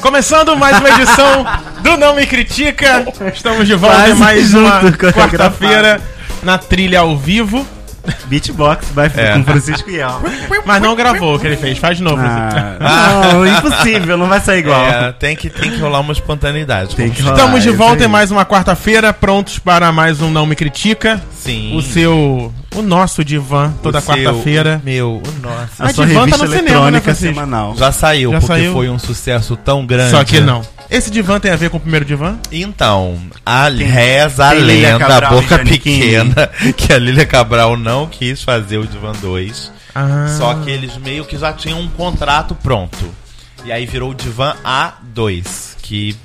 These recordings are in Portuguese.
começando mais uma edição do Não Me Critica. Estamos de volta em Quase mais junto, uma coreografado. quarta-feira na trilha ao vivo. Beatbox vai É. com Francisco Yel. Mas não gravou o que ele fez, faz de novo. Ah, não, impossível, não vai sair igual. É, tem que, tem que rolar uma espontaneidade. Tem que rolar, Estamos de isso volta em aí. mais uma quarta-feira, prontos para mais um Não Me Critica. Sim. O seu. O nosso divã, toda O seu, quarta-feira. o Meu, o nosso. A Mas sua de volta revista no cinema, né, eletrônica Francisco? semanal. Já saiu, Já porque saiu. foi um sucesso tão grande. Só que não. Esse divã tem a ver com o primeiro divã? Então, a reza a tem Lília lenda, Cabral a boca e Giannichini. pequena, que a Lília Cabral não quis fazer o Divan 2. Ah. Só que eles meio que já tinham um contrato pronto. E aí virou o Divan A2, que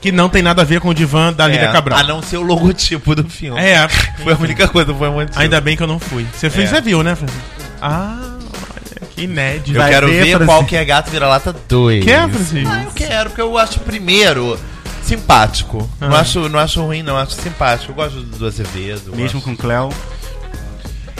Que não tem nada a ver com o divã da Lília é, Cabral. a não ser o logotipo do filme. É, Foi a única coisa, foi um motivo. ainda bem que eu não fui. Você, fez, É. você viu, né, Francisco? Ah, olha, que inédito. Eu Vai quero ver, ver, Francisco. qual que é gato vira-lata 2. Quer, Francisco? Ah, eu quero, porque eu acho primeiro simpático. Não, Ah. acho, não acho ruim, não, acho simpático. Eu gosto do, do Azevedo. eu Mesmo acho- com Cleo.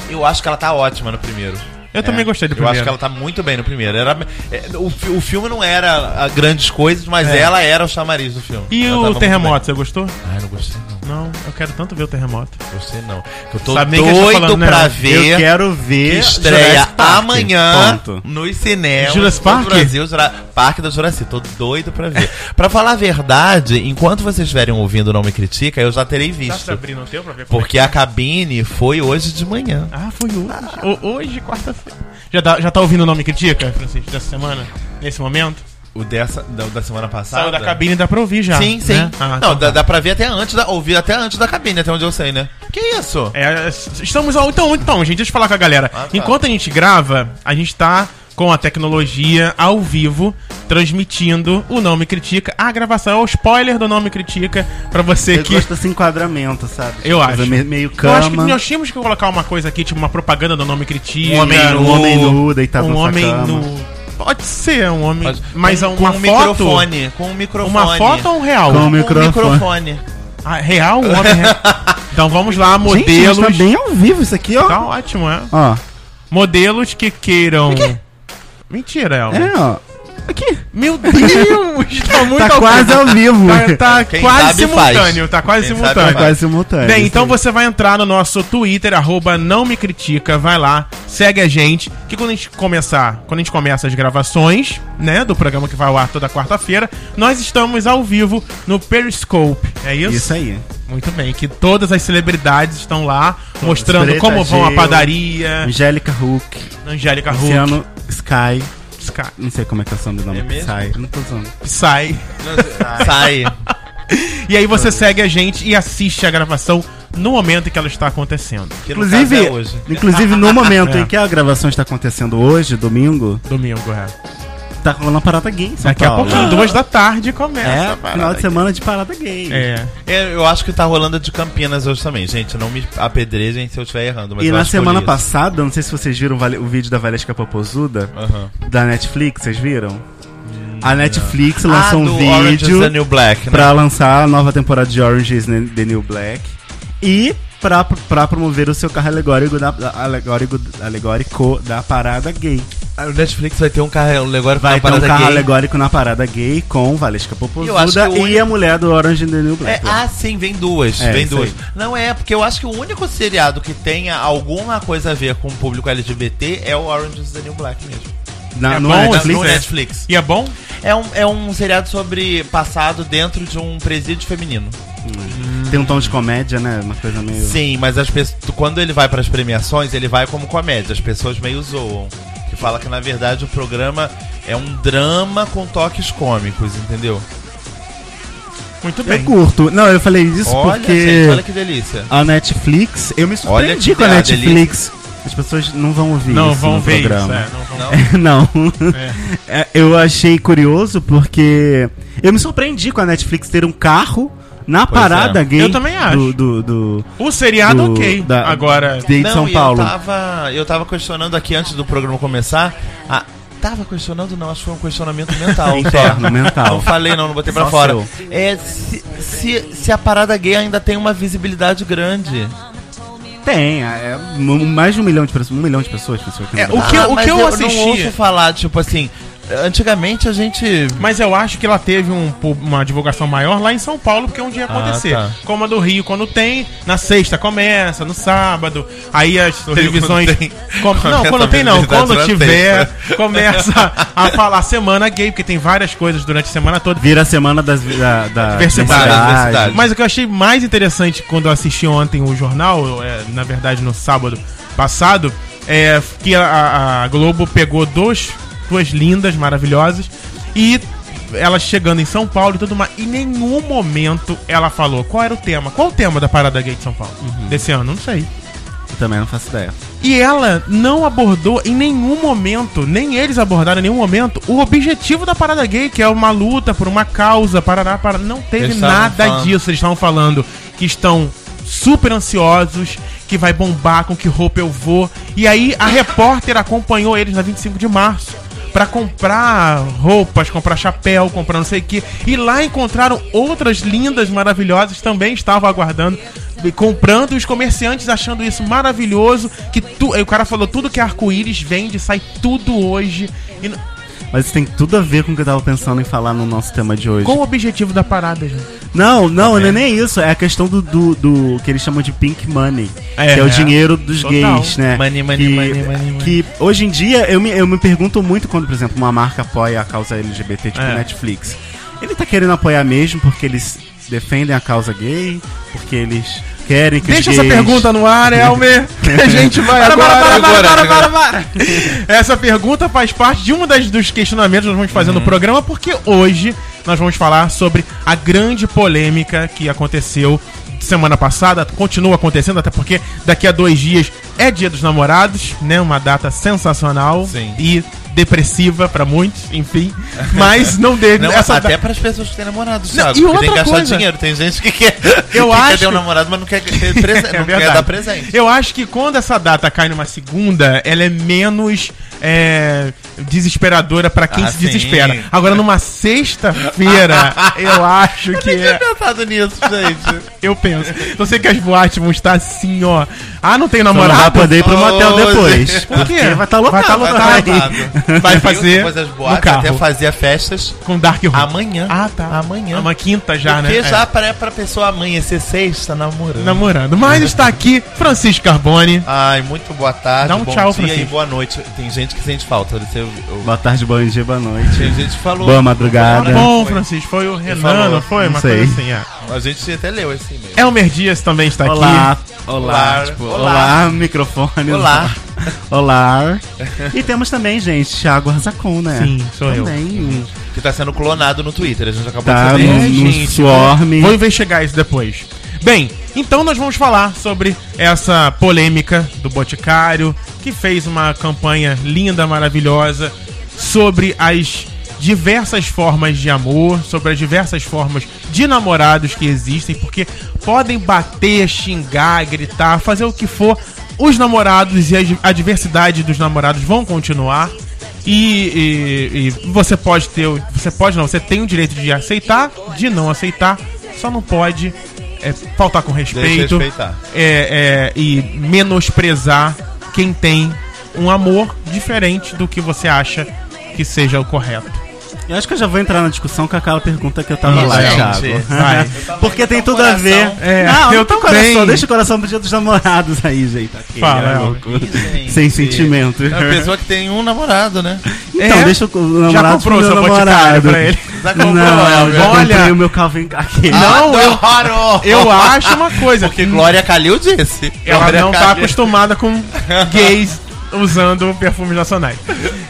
Eu acho que ela tá ótima no primeiro. Eu também gostei do Eu acho primeiro. que ela tá muito bem no primeiro. Era, é, o, fi- o filme não era a grandes coisas, mas ela era o chamariz do filme. É. E Ela tava o muito terremoto, você gostou? bem. Ai, não gostei não. Não, eu quero tanto ver o terremoto. Gostei não. Eu tô Sabe nem quem tá doido falando, né? pra Eu ver. Eu quero que ver. estreia Jurassic Park. amanhã Ponto. nos cinemas Jurassic Park? do Brasil, Jura... Parque da Juraci. Tô doido pra ver. pra falar a verdade, enquanto vocês estiverem ouvindo o Não Me Critica, eu já terei visto. Tá abrindo o teu pra ver é Porque a cabine foi hoje de manhã. Ah, foi hoje. O- hoje, quarta-feira. Já, tá- já tá ouvindo o nome critica, Francisco, dessa semana? Nesse momento? O dessa, da, da semana passada. Saiu da cabine dá pra ouvir já. Tá, Sim, sim. né? Ah, Não, então dá, tá. dá pra ver até antes da. Ouvir até antes da cabine, até onde eu sei, né? Que isso? É, estamos. ao- Então, então, gente, deixa eu falar com a galera. Ah, tá. Enquanto a gente grava, a gente tá com a tecnologia ao vivo, transmitindo o Não Me Critica. A gravação é o spoiler do Não Me Critica pra você Eu que. gosto desse enquadramento, sabe? Eu Coisa acho. me- Meio Eu acho que cama. nós tínhamos que colocar uma coisa aqui, tipo uma propaganda do Não Me Critica. Um homem um nu. homem nu deitado um nessa homem cama. nu. Pode ser um homem, Mas- mas com, uma com foto, um microfone. Com um microfone. uma foto ou um real? Com Com um um microfone. microfone. Ah, real, um homem real. Então vamos lá, Gente, modelos. mas tá bem ao vivo isso aqui, ó. Tá ótimo, é. Ó. Modelos que queiram. Mentira, Elma. É, ó. Aqui. Meu Deus, tá muito Tá ao quase vivo. ao vivo. Tá, tá Quem quase sabe faz. simultâneo, tá quase Quem sabe simultâneo. faz. Quase simultâneo. Bem, isso então aí. você vai entrar no nosso Twitter, arroba não me critica, vai lá, segue a gente, que quando a gente começar, quando a gente começa as gravações, né, do programa que vai ao ar toda quarta-feira, nós estamos ao vivo no Periscope, é isso? Isso aí. Muito bem, que todas as celebridades estão lá, mostrando Preta como vão a Gil, padaria, Angélica Hulk. Angélica Ruth, Luciano Sky. Sky, Não sei como é que é o sobrenome. É mesmo? Sky. Não tô usando. Psy... Sai. E aí você segue a gente e assiste a gravação no momento em que ela está acontecendo. Que no caso Inclusive, é hoje. inclusive no momento É. em que a gravação está acontecendo hoje, domingo, Domingo, é. tá rolando a parada gay em São Daqui a Paulo. pouquinho, duas da tarde, começa. É, a parada final de aqui. semana de parada gay. É. É, Eu acho que tá rolando de Campinas hoje também, gente. Não me apedrejem se eu estiver errando. Mas E eu na acho que eu semana li isso. passada, não sei se vocês viram o vale- o vídeo da Valesca Popozuda, Aham. da Netflix, vocês viram? A Netflix Ah, lançou do um Orange is the vídeo New Black, né? pra lançar a nova temporada de Orange is the New Black e pra, pra promover o seu carro alegórico da, da- alegórico, alegórico da parada gay. Ah, O Netflix vai ter um carro alegórico Vai na ter um parada carro gay. alegórico na parada gay com Valesca Eu acho que Popozuda o e único- a mulher do Orange and the New É, Black. né? ah, sim, vem duas. É, vem isso duas. aí. Não é, porque eu acho que o único seriado que tenha alguma coisa a ver com o público LGBT é o Orange is the New Black mesmo. Na, é no bom, Netflix, né? no é. Netflix. E é bom? É um, é um seriado sobre passado dentro de um presídio feminino. tem um tom de comédia, né? Uma coisa meio... Sim, mas as pessoas, quando ele vai para as premiações, ele vai como comédia. As pessoas meio zoam. Que fala que na verdade o programa é um drama com toques cômicos, entendeu? Muito Eu bem. curto. Não, eu falei isso olha, porque gente, olha que delícia. a Netflix... Eu me surpreendi Olha que com a ideia, Netflix. As pessoas não vão ouvir Não isso vão no ver programa. isso, é, não vão Não. Não. É. É, eu achei curioso porque eu me surpreendi com a Netflix ter um carro na Pois parada é. gay. Eu também acho. Do, do, do- O Tá, seriado, do- ok. da- Agora, gay de São e Paulo. Eu tava, eu tava questionando aqui antes do programa começar. Ah, tava questionando, não, acho que foi um questionamento mental. Interno, só. mental. Não falei, não, não botei pra Só fora. seu. É, se, se, se a parada gay ainda tem uma visibilidade grande. Tem, é, m- mais de um milhão de pessoas. Um milhão de pessoas, pessoas aqui no É, o Brasil. que eu- Ah, mas que eu eu assisti- não ouço falar, tipo assim, Antigamente a gente. Mas eu acho que ela teve um pu- uma divulgação maior lá em São Paulo, porque é onde ia acontecer. tá. Como a do Rio, quando tem, na sexta começa, no sábado, aí as No Rio, televisões. quando tem. Com- Não, Começa quando a tem não. visibilidade Quando na tiver, começa a falar semana gay, porque tem várias coisas durante a semana toda. Vira a semana das, vi- da, da Diversidade. Diversidade. Mas o que eu achei mais interessante quando eu assisti ontem o jornal, é, na verdade no sábado passado, é que a, a Globo pegou dois, duas lindas, maravilhosas, e elas chegando em São Paulo e tudo mais. Em nenhum momento ela falou qual era o tema. Qual o tema da Parada Gay de São Paulo Uhum. desse ano? Não sei. Também não faço ideia. E ela não abordou em nenhum momento, nem eles abordaram em nenhum momento, o objetivo da parada gay, que é uma luta por uma causa, parará, parará. Não teve Eles estavam nada falando- disso. Eles estavam falando que estão super ansiosos, que vai bombar, com que roupa eu vou. E aí a repórter acompanhou eles na 25 de março. Pra comprar roupas, comprar chapéu, comprar não sei o que. E lá encontraram outras lindas, maravilhosas, também estavam aguardando, e comprando, e os comerciantes achando isso maravilhoso. Que tu... aí O cara falou: tudo que é arco-íris vende, sai tudo hoje. E n- Mas tem tudo a ver com o que eu tava pensando em falar no nosso tema de hoje. Qual o objetivo da parada, gente? Não, não, não é nem isso. É a questão do, do, do que eles chamam de pink money. É, que é. é o dinheiro dos Total. gays, né? Money, money, que, money, money, money. que hoje em dia eu me, eu me pergunto muito quando, por exemplo, uma marca apoia a causa LGBT, tipo É. Netflix. Ele tá querendo apoiar mesmo porque eles defendem a causa gay? Porque eles querem que Deixa os essa gays... pergunta no ar, Elmer. que a gente vai Para, para, para, para, para, Essa pergunta faz parte de um das, dos questionamentos que nós vamos fazer no Uhum. programa, porque hoje nós vamos falar sobre a grande polêmica que aconteceu semana passada, continua acontecendo, até porque daqui a dois dias é Dia dos Namorados, né? Uma data sensacional Sim. e depressiva pra muitos, enfim. Mas não deve. Não, essa até da- para as pessoas que têm namorado, Não, Thiago. e porque tem outra que gastar coisa. dinheiro. Tem gente que quer, Eu que acho- quer ter um namorado, mas não quer, ter presen- É não quer verdade. dar presente. Eu acho que quando essa data cai numa segunda, ela é menos é, desesperadora pra quem Ah, se sim. desespera. Agora, numa sexta-feira, eu acho que Eu tinha é. pensado nisso, gente. Eu penso. Eu sei que as boates vão estar assim, ó. Ah, não tem Só Então não vai namorado? poder ir pro motel Hoje. depois. Por quê? Porque vai estar Vai lotado. tá Vai lotado. dar errado. Vai Eu, fazer depois as no boates, carro. até fazia festas Com Dark Room. amanhã. Ah, tá. Amanhã. É uma quinta já, Porque né? já para, pra pessoa amanhecer sexta namorando. É. Namorando. Mas está aqui Francisco Carbone. Ai, muito boa tarde, Dá um bom tchau, dia e Francisco. boa noite. Tem gente que sente falta. Eu- eu- Boa tarde, bom dia, boa noite. Tem gente que falou. Boa madrugada. Tá bom, Foi. Francisco. Foi o Renan, falou. não foi? Não Uma sei. coisa assim, é. A gente até leu esse e-mail. Elmer Dias também está aqui. Olá, olá, Olá, tipo, olá. olá, microfone. Olá. Olá. E temos também, gente, Thiago Arzacon, né? Sim, sou eu. também, eu. Que tá sendo clonado no Twitter. A gente acabou Tá de no, saber. no gente, Swarm. Vou investigar isso depois. Bem, então nós vamos falar sobre essa polêmica do Boticário, que fez uma campanha linda, maravilhosa, sobre as diversas formas de amor, sobre as diversas formas de namorados que existem, porque podem bater, xingar, gritar, fazer o que for. Os namorados e a di- a diversidade dos namorados vão continuar. E, e- e você pode ter. o- Você pode não, você tem o direito de aceitar, de não aceitar, só não pode é, faltar com respeito Desrespeitar. é, é, e menosprezar quem tem um amor diferente do que você acha que seja o correto. Eu acho que eu já vou entrar na discussão com aquela pergunta que eu tava Ih, lá, gente. Thiago. Vai. Porque tem Então, tudo a coração. ver. É, Não, eu não tem também. coração, deixa o coração pro dia dos namorados aí, gente. Aquele Fala, é Elmer. louco. Gente. Sem sentimento. É uma pessoa que tem um namorado, né? Então, É. deixa o namorado comprou pro meu seu Boticário namorado. pra ele? Já comprou, Não, eu já Elmer? comprei Olha. o meu Calvin aquele. Ah. Não, eu- Adoro! Eu acho uma coisa. Porque Glória Calil disse. Ela Glória não tá Calil. acostumada com gays usando perfumes nacionais.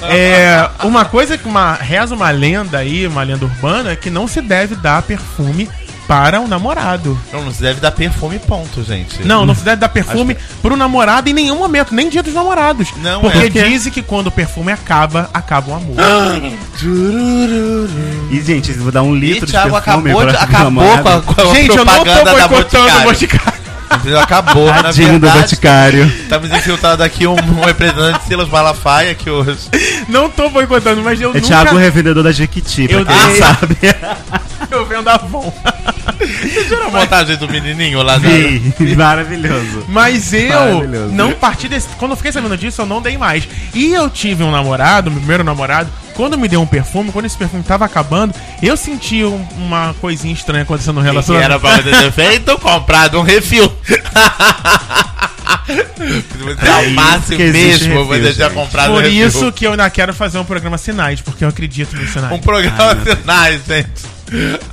É, uma coisa que uma, reza uma lenda aí, uma lenda urbana, é que não se deve dar perfume para um namorado. Não, não se deve dar perfume, ponto, gente. Não, não se deve dar perfume para o namorado em nenhum momento, nem dia dos namorados. Não porque é. Ah, dizem que quando o perfume acaba, acaba o amor. E, gente, vou dar um E litro Thiago de perfume acabou, de, pra acabou com a, com a Gente, eu não tô propaganda da boicotando o Boticário. Boticário. Acabou, na Tadinho do verdade. Boticário. Estamos infiltrado aqui um, um representante de Silas Malafaia que hoje. Não tô boicotando, mas eu É nunca... Thiago, revendedor da Jequiti, pra Eu quem não dei- sabe. eu vendo a Avon. Tira a montagem do menininho lá da. Sim, maravilhoso. Mas eu Maravilhoso. não parti desse. Quando eu fiquei sabendo disso, eu não dei mais. E eu tive um namorado, meu primeiro namorado, Quando me deu um perfume, quando esse perfume tava acabando, eu senti um- uma coisinha estranha acontecendo no Que relacionamento. era pra ter feito, comprado um refil. Traumácio que existe É mesmo, refil, você já gente. comprado um Por refil. isso que eu ainda quero fazer um programa Sinais, porque eu acredito nos sinais. Um programa sinais, gente.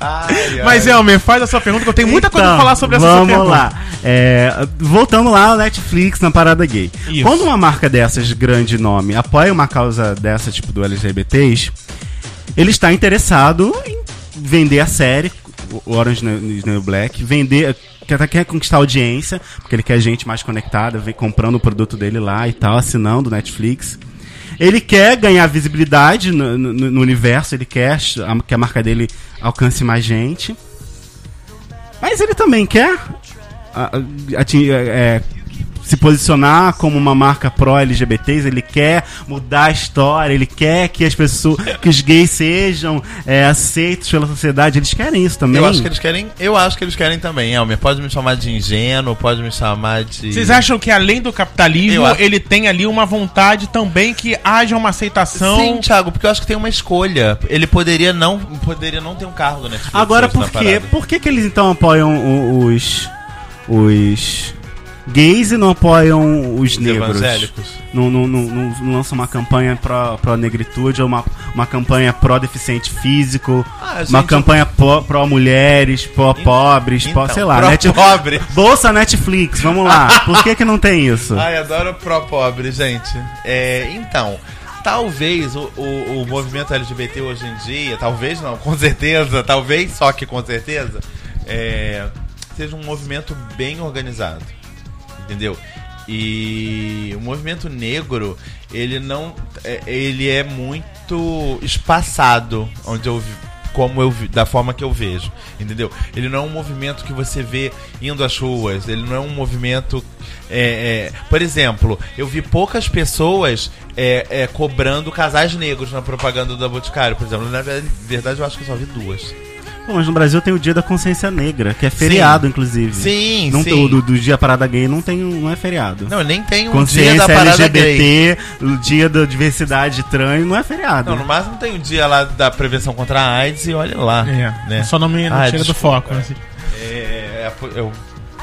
Ai, ai. Mas, Elmer, faz a sua pergunta, que eu tenho muita coisa pra falar sobre essa sua Então, Vamos pergunta. lá. É, voltando lá ao Netflix na parada gay. Isso. Quando uma marca dessas, de grande nome, apoia uma causa dessa, tipo do LGBTs, ele está interessado em vender a série, o Orange is the New Black, vender. Quer, quer conquistar audiência, porque ele quer gente mais conectada, vem comprando o produto dele lá e tal, assinando o Netflix. Ele quer ganhar visibilidade no, no- no universo, ele quer ch- a- que a marca dele alcance mais gente. Mas ele também quer a- a- ati- é, se posicionar como uma marca pró-LGBTs, ele quer mudar a história, ele quer que as pessoas, que os gays sejam é, aceitos pela sociedade, eles querem isso também. Eu acho que eles querem. Eu acho que eles querem também, Elmer. Pode me chamar de ingênuo, pode me chamar de. Vocês acham que além do capitalismo, Eu acho- ele tem ali uma vontade também que haja uma aceitação? Sim, Thiago, porque eu acho que tem uma escolha. Ele poderia não, poderia não ter um cargo né Agora por quê? Por que, que eles então apoiam o- os os gays e não apoiam os negros? evangélicos. Não, não, não, não- não lançam uma campanha pró, pró negritude ou uma, uma campanha pró deficiente físico, Ah, gente, Então, uma campanha pró, pró mulheres, pró pobres, pró, Tipo, sei lá, pró Ah. net- Então, pobre. Bolsa Netflix, vamos lá. Por que que não tem isso? Ai, adoro pró pobre, gente. É, então, talvez o, o, o movimento LGBT hoje em dia, talvez não, com certeza, talvez, só que com certeza, é, seja um movimento bem organizado. Entendeu? E o movimento negro, ele não. é- Ele é muito espaçado, onde eu vi- como eu vi- da forma que eu vejo, entendeu? Ele não é um movimento que você vê indo às ruas, ele não é um movimento. é, é, por exemplo, eu vi poucas pessoas é, é, cobrando casais negros na propaganda da Boticário, por exemplo. Na ver- verdade, eu acho que eu só vi duas. Pô, mas no Brasil tem o Dia da Consciência Negra, que é feriado, inclusive. Sim, Não, sim. O do, do Dia Parada Gay não, tem, um- não é feriado. Não, nem tem um dia da Consciência parada gay. LGBT, o dia da diversidade trans, não é feriado. Não, no máximo tem o dia lá da prevenção contra a AIDS e olha lá. É, né? só não me não Ah, tira do desculpa. foco. assim. É, é, a po- é o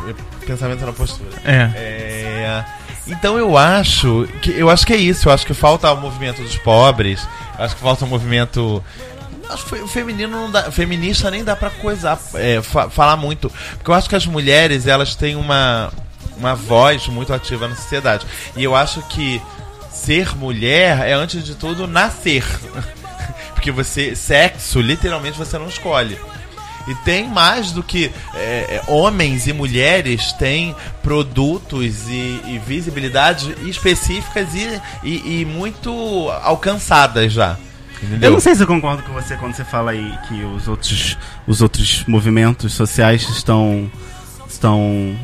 é pensamento na postura. É. É, então eu acho que eu acho que é isso. Eu acho que falta o movimento dos pobres. eu acho que falta o movimento. Acho que fe- o feminino não dá, feminista nem dá pra coisar, é, fa- falar muito, porque eu acho que as mulheres elas têm uma uma voz muito ativa na sociedade. E eu acho que ser mulher é antes de tudo nascer, porque você sexo literalmente você não escolhe. E tem mais do que é, é, homens e mulheres têm produtos e, e visibilidades específicas e, e- e muito alcançadas já. Eu Entendeu? não sei se eu concordo com você quando você fala aí que os outros, os outros movimentos sociais estão. estão.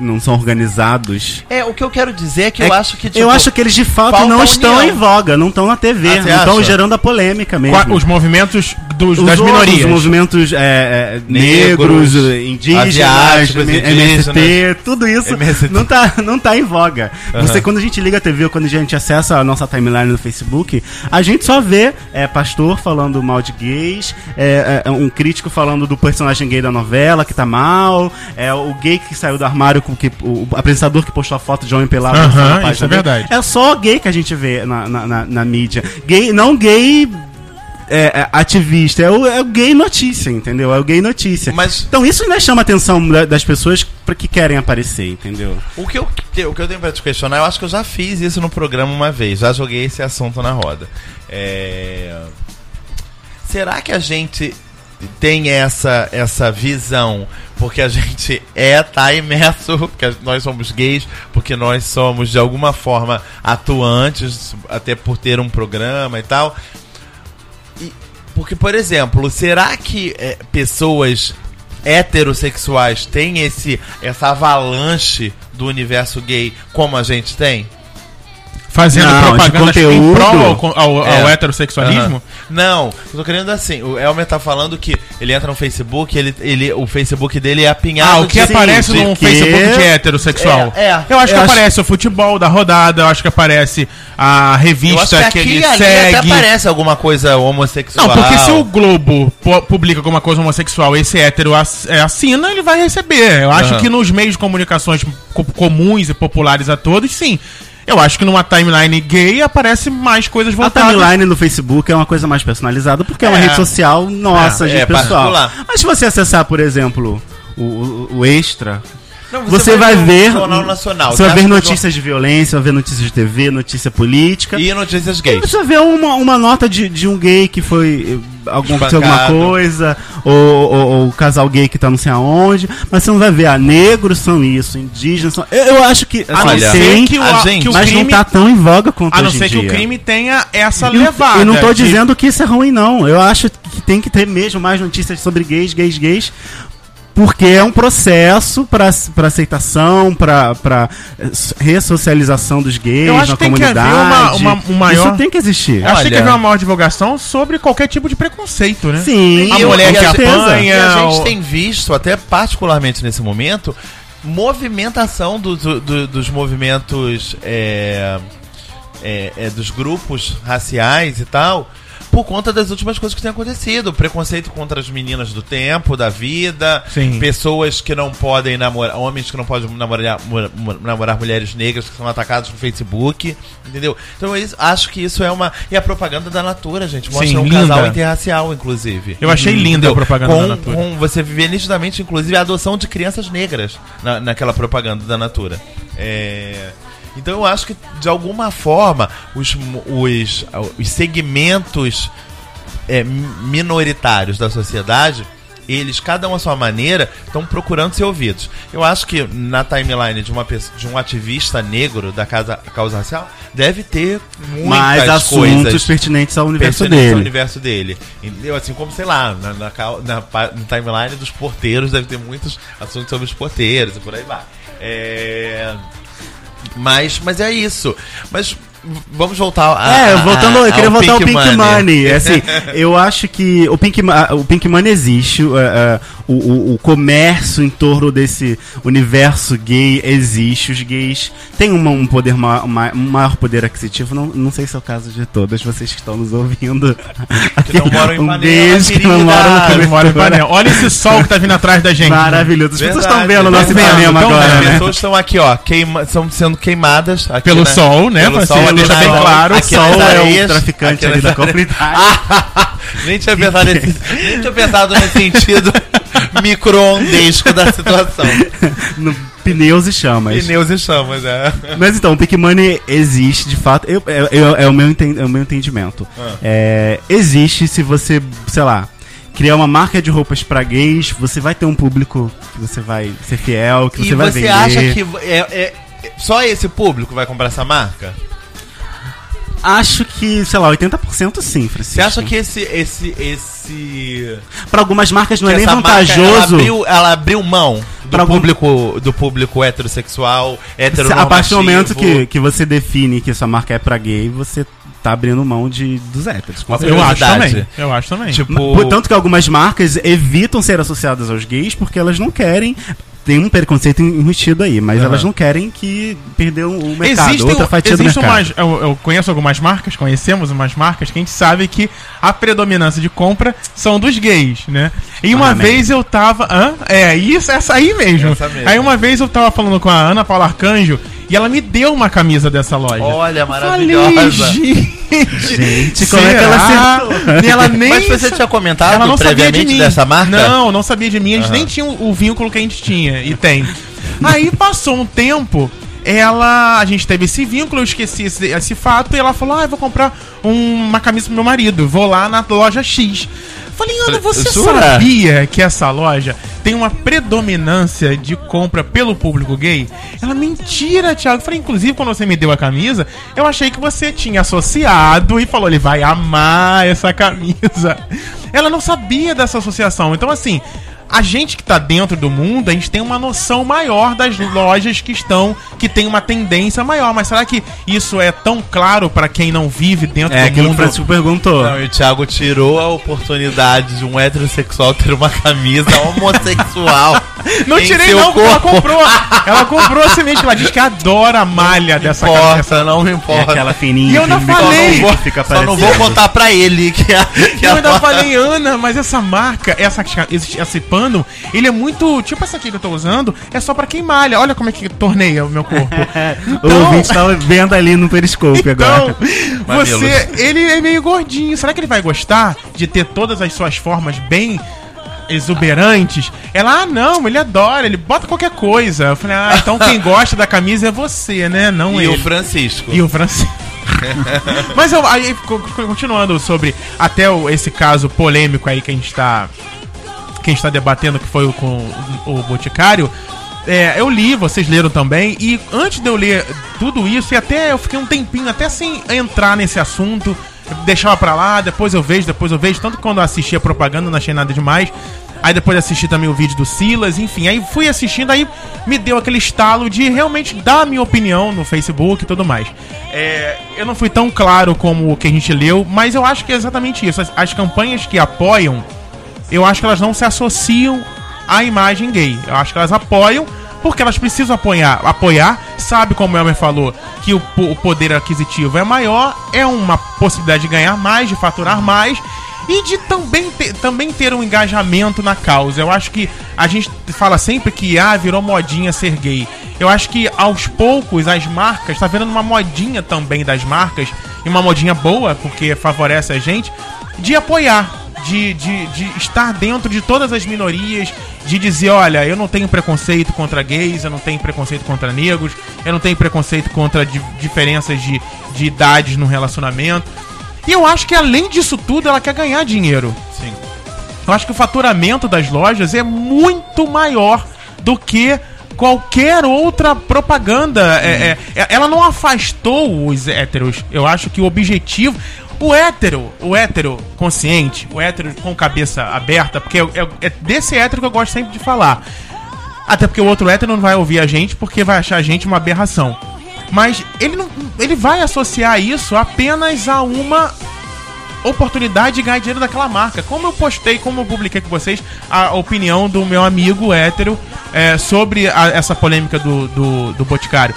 não são organizados. É, o que eu quero dizer é que eu É- acho que. eu acho que eles de fato falta não união. estão em voga, não estão na TV, Ah, você não estão acha? gerando a polêmica mesmo. Qua- Os movimentos dos, Os das outros minorias. movimentos é, é, Negros, negros, indígenas, asiáticos, M- indígenas. MST, tudo isso MST. Não, tá, não tá em voga. Você, quando a gente liga a TV ou quando a gente acessa a nossa timeline no Facebook, a gente só vê é, pastor falando mal de gays, é, é, um crítico falando do personagem gay da novela que tá mal, é, o gay que saiu do armário, com que, o apresentador que postou a foto de homem pelado Aham, na isso é dele. verdade. É só gay que a gente vê na, na, na- na mídia. Gay, não gay é, é, ativista, é o, é o gay notícia, entendeu? É o gay notícia. Mas Então isso ainda chama a atenção da- das pessoas pra que querem aparecer, entendeu? o que, eu, o que eu tenho pra te questionar, eu acho que eu já fiz isso no programa uma vez, já joguei esse assunto na roda. É. Será que a gente tem essa, essa visão porque a gente é, tá imerso, porque nós somos gays, porque nós somos de alguma forma atuantes, até por ter um programa e tal? E- porque, por exemplo, será que é, pessoas heterossexuais têm esse, essa avalanche do universo gay como a gente tem? Fazendo Não, de propaganda em conteúdo. prol ao, con- ao- ao É. heterossexualismo? Aham. Não, eu tô querendo assim, o Elmer tá falando que ele entra no Facebook, ele, ele, o Facebook dele é apinhado Ah, o que de- aparece de- num que- Facebook de heterossexual? É, é. eu acho que Eu acho- aparece o futebol da rodada, eu acho que aparece a Eu revista acho que que, aqui e ele ali até segue. aparece alguma coisa homossexual. Não, porque se o Globo pu- publica alguma coisa homossexual e esse hétero ass- é, assina, ele vai receber. Eu acho Aham. que nos meios de comunicações co- comuns e populares a todos, sim. Eu acho que numa timeline gay aparece mais coisas A voltadas. timeline no Facebook é uma coisa mais personalizada, porque é, uma É. rede social nossa, É, gente, é pessoal. particular. Mas se você acessar, por exemplo, o, o- o Extra, Não, você, vai, no ver... Jornal Nacional. você vai acha ver que o notícias de violência, vai ver notícias de TV, notícia política. jornal- E notícias E gays. Você vê uma, uma nota de, de um gay que foi eh, algum, Espancado. alguma coisa, ou, ou, ou o casal gay que tá não sei aonde, mas você não vai ver, ah, negros são isso, indígenas são. Eu, eu acho que A não assim, Olha, ser que o, a a- gente- que o mas crime. não tá tão em voga quanto a não hoje em ser que o dia. crime tenha essa E não- levada. Eu não tô de- dizendo que isso é ruim, não. Eu acho que tem que ter mesmo mais notícias sobre gays, gays, gays. Porque é um processo pra pra aceitação, pra pra, eh, s- ressocialização dos gays Eu acho na que tem que haver comunidade. uma- uma- um maior- Isso tem que existir. Eu achei que Olha. havia uma maior divulgação sobre qualquer tipo de preconceito, né? Sim, A eu- mulher com que certeza. apanha. E a É, gente o- tem visto, até particularmente nesse momento, movimentação do- do- do- dos movimentos é, é, é, dos grupos raciais e tal, por conta das últimas coisas que têm acontecido. Preconceito contra as meninas do tempo, da vida, Sim. pessoas que não podem namorar, homens que não podem namorar, mora- mora- namorar mulheres negras que são atacadas no Facebook, entendeu? Então eu acho que isso é uma. E a propaganda da Natura, gente, mostra Sim, um casal linda. interracial, inclusive. Eu achei linda a Entendeu? propaganda Uhum. Então, da com, Natura. com- você vê nitidamente, inclusive, a adoção de crianças negras na, naquela propaganda da Natura. É, Então eu acho que, de alguma forma, os, mo- os, os segmentos é, minoritários da sociedade, eles, cada um à sua maneira, estão procurando ser ouvidos. Eu acho que na timeline de, uma, pesso- de um ativista negro da casa, causa racial, deve ter muitas mais assuntos coisas pertinentes ao universo pertencente ao dele. universo dele. Entendeu? Assim como, sei lá, na, na, ca- na pa- no timeline dos porteiros deve ter muitos assuntos sobre os porteiros e por aí vai. É, Mas, mas é isso. Mas v- vamos voltar a, É, a- voltando, a- eu queria Ah, ao voltar ao Pink Money. Money. Assim, eu acho que o Pink, Ma- ah, o Pink Money existe, o, é, é, o, o- o comércio em torno desse universo gay existe. Os gays têm uma- um poder ma- ma- um maior poder aquisitivo. Não, não sei se é o caso de todas vocês que estão nos ouvindo. Que não moram em um Ipanema, beijo, que não querida. moram Ele em mora em Ipanema. Ipanema. Olha esse sol que tá vindo atrás da gente. Maravilhoso. As pessoas estão Verdade, vendo o nosso verdade. Ipanema Então, agora, As né? pessoas estão aqui, ó, queima, estão sendo queimadas aqui, Pelo sol, né? Pelo Você sol, deixa aqui bem nas- claro, o aqui Sol nas é o areias, Ah! traficante aqui ali nas da comunidade. Nem tinha pensado nesse, nem tinha pensado nesse sentido micro-ondesco da situação. no pneus e chamas. Pneus e chamas, é. Mas então, o Pink Money existe, de fato. Eu, eu- eu- é, o meu enten- é o meu entendimento. Ah. É, existe se você, sei lá, criar uma marca de roupas pra gays, você vai ter um público que você vai ser fiel, que E você vai você vender. acha que é, é- só esse público vai comprar essa marca? Acho que, sei lá, 80% sim, Francisco. Você acha que esse. esse, esse Pra algumas marcas não que é nem essa marca, ela, vantajoso. abriu, ela abriu mão do Pra algum- público, do público heterossexual, se- a heteronormativo? partir do momento que, que você define que sua marca é pra gay, você tá abrindo mão de, dos héteros. com Uma Eu acho Curiosidade. também. Eu acho também. Tipo. Por- Tanto que algumas marcas evitam ser associadas aos gays porque elas não querem. Tem um preconceito enrustido aí, mas Aham. elas não querem que perder o o mercado, Existem, outra fatia do existem mercado. um- umas, eu, eu conheço algumas marcas, conhecemos umas marcas que a gente sabe que a predominância de compra são dos gays, né? E uma Amém. vez eu tava. Hã? É, isso, essa aí mesmo. Essa mesmo. Aí uma vez eu tava falando com a Ana Paula Arcanjo e ela me deu uma camisa dessa loja. Olha, Falei, maravilhosa. gente, Gente, como é que ela será? E ela nem Mas você tinha comentado ela não sabia de previamente mim. dessa marca? Não, não sabia de mim. Eles nem tinham o vínculo que a gente tinha e tem. Aí passou um tempo. Ela, a gente teve esse vínculo, eu esqueci esse, esse fato, e ela falou: Ah, eu vou comprar um- uma camisa pro meu marido, vou lá na loja X. Falei, Ana, você Jura? sabia que essa loja tem uma predominância de compra pelo público gay? Ela, mentira, Thiago. Eu falei, inclusive, quando você me deu a camisa, eu achei que você tinha associado e falou, ele vai amar essa camisa. Ela não sabia dessa associação. Então, assim, a gente que tá dentro do mundo, a gente tem uma noção maior das lojas que estão, que tem uma tendência maior. Mas será que isso é tão claro pra quem não vive dentro É do aquilo que o mundo? Francisco perguntou. É Não, e o Thiago tirou a oportunidade de um heterossexual ter uma camisa homossexual. Não em tirei seu não, porque ela corpo. comprou. Ela comprou a semente, ela diz que adora a malha dessa importa, cabeça. não me É importa. aquela fininha. E eu não que fica- falei. que Fica Só não aparecendo. vou contar pra ele que é a, que Eu a ainda falei, Ana, mas essa marca, essa, esse, esse pano, ele é muito. Tipo essa aqui que eu tô usando, é só pra quem malha. Olha como é que torneia o meu corpo. O ouvinte tava vendo ali no Periscope Então, agora. Mamilos. você, ele é meio gordinho. Será que ele vai gostar de ter todas as suas formas bem exuberantes? Ela, ah, não, ele adora, ele bota qualquer coisa. Eu falei, ah, então quem gosta da camisa é você, né? Não e ele. o Francisco. E o Francisco. Mas eu, aí, co- co- continuando sobre até o- esse caso polêmico aí que a gente tá. Que a gente tá debatendo, que foi o, com o Boticário. é, eu li, vocês leram também, e antes de eu ler tudo isso, e até eu fiquei um tempinho até sem entrar nesse assunto, eu deixava pra lá, depois eu vejo, depois eu vejo, tanto que quando eu assisti a propaganda, eu não achei nada demais. Aí depois assisti também o vídeo do Silas, enfim, aí fui assistindo, aí me deu aquele estalo de realmente dar a minha opinião no Facebook e tudo mais. É, eu não fui tão claro como o que a gente leu, mas eu acho que é exatamente isso. As, as campanhas que apoiam, eu acho que elas não se associam à imagem gay. Eu acho que elas apoiam porque elas precisam apoiar, apoiar sabe como o Elmer falou, que o, po- o poder aquisitivo é maior, é uma possibilidade de ganhar mais, de faturar mais e de também ter, também ter um engajamento na causa. Eu acho que a gente fala sempre que ah, virou modinha ser gay. Eu acho que aos poucos as marcas, tá virando uma modinha também das marcas, e uma modinha boa, porque favorece a gente, de apoiar de, de, de estar dentro de todas as minorias, de dizer, olha, eu não tenho preconceito contra gays, eu não tenho preconceito contra negros, eu não tenho preconceito contra di- diferenças de, de idades no relacionamento. E eu acho que além disso tudo, ela quer ganhar dinheiro. Sim. Eu acho que o faturamento das lojas é muito maior do que qualquer outra propaganda. É, é, é, ela não afastou os héteros. Eu acho que o objetivo. O hétero, o hétero consciente, o hétero com cabeça aberta, porque eu- eu- é desse hétero que eu gosto sempre de falar. Até porque o outro hétero não vai ouvir a gente porque vai achar a gente uma aberração. Mas ele não. ele vai associar isso apenas a uma oportunidade de ganhar dinheiro daquela marca. Como eu postei, como eu publiquei com vocês a opinião do meu amigo hétero é, sobre a- essa polêmica do, do, do Boticário.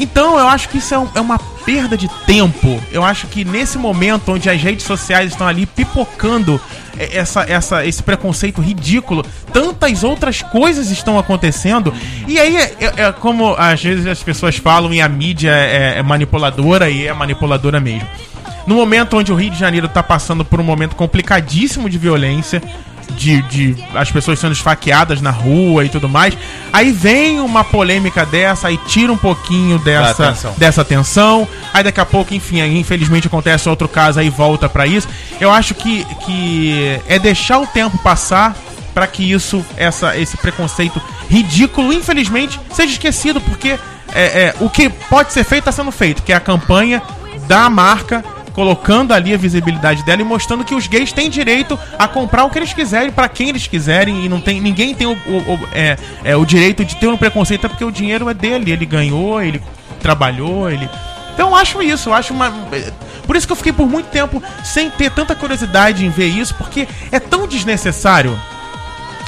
Então eu acho que isso é, um- é uma perda de tempo. Eu acho que nesse momento onde as redes sociais estão ali pipocando é, essa, essa, esse preconceito ridículo, tantas outras coisas estão acontecendo. E aí, é, é como às vezes as pessoas falam e a mídia é- é manipuladora e é manipuladora mesmo. No momento onde o Rio de Janeiro tá passando por um momento complicadíssimo de violência, de, de as pessoas sendo esfaqueadas na rua e tudo mais, aí vem uma polêmica dessa, aí tira um pouquinho dessa Da atenção. dessa tensão, aí daqui a pouco, enfim, aí infelizmente acontece outro caso aí volta pra isso. Eu acho que, que é deixar o tempo passar pra que isso, essa, esse preconceito ridículo, infelizmente, seja esquecido, porque é, é, o que pode ser feito tá sendo feito, que é a campanha da marca colocando ali a visibilidade dela e mostrando que os gays têm direito a comprar o que eles quiserem pra quem eles quiserem e não tem ninguém tem o, o- o- é, é, o direito de ter um preconceito até porque o dinheiro é dele ele ganhou ele trabalhou ele então eu acho isso eu acho uma por isso que eu fiquei por muito tempo sem ter tanta curiosidade em ver isso porque é tão desnecessário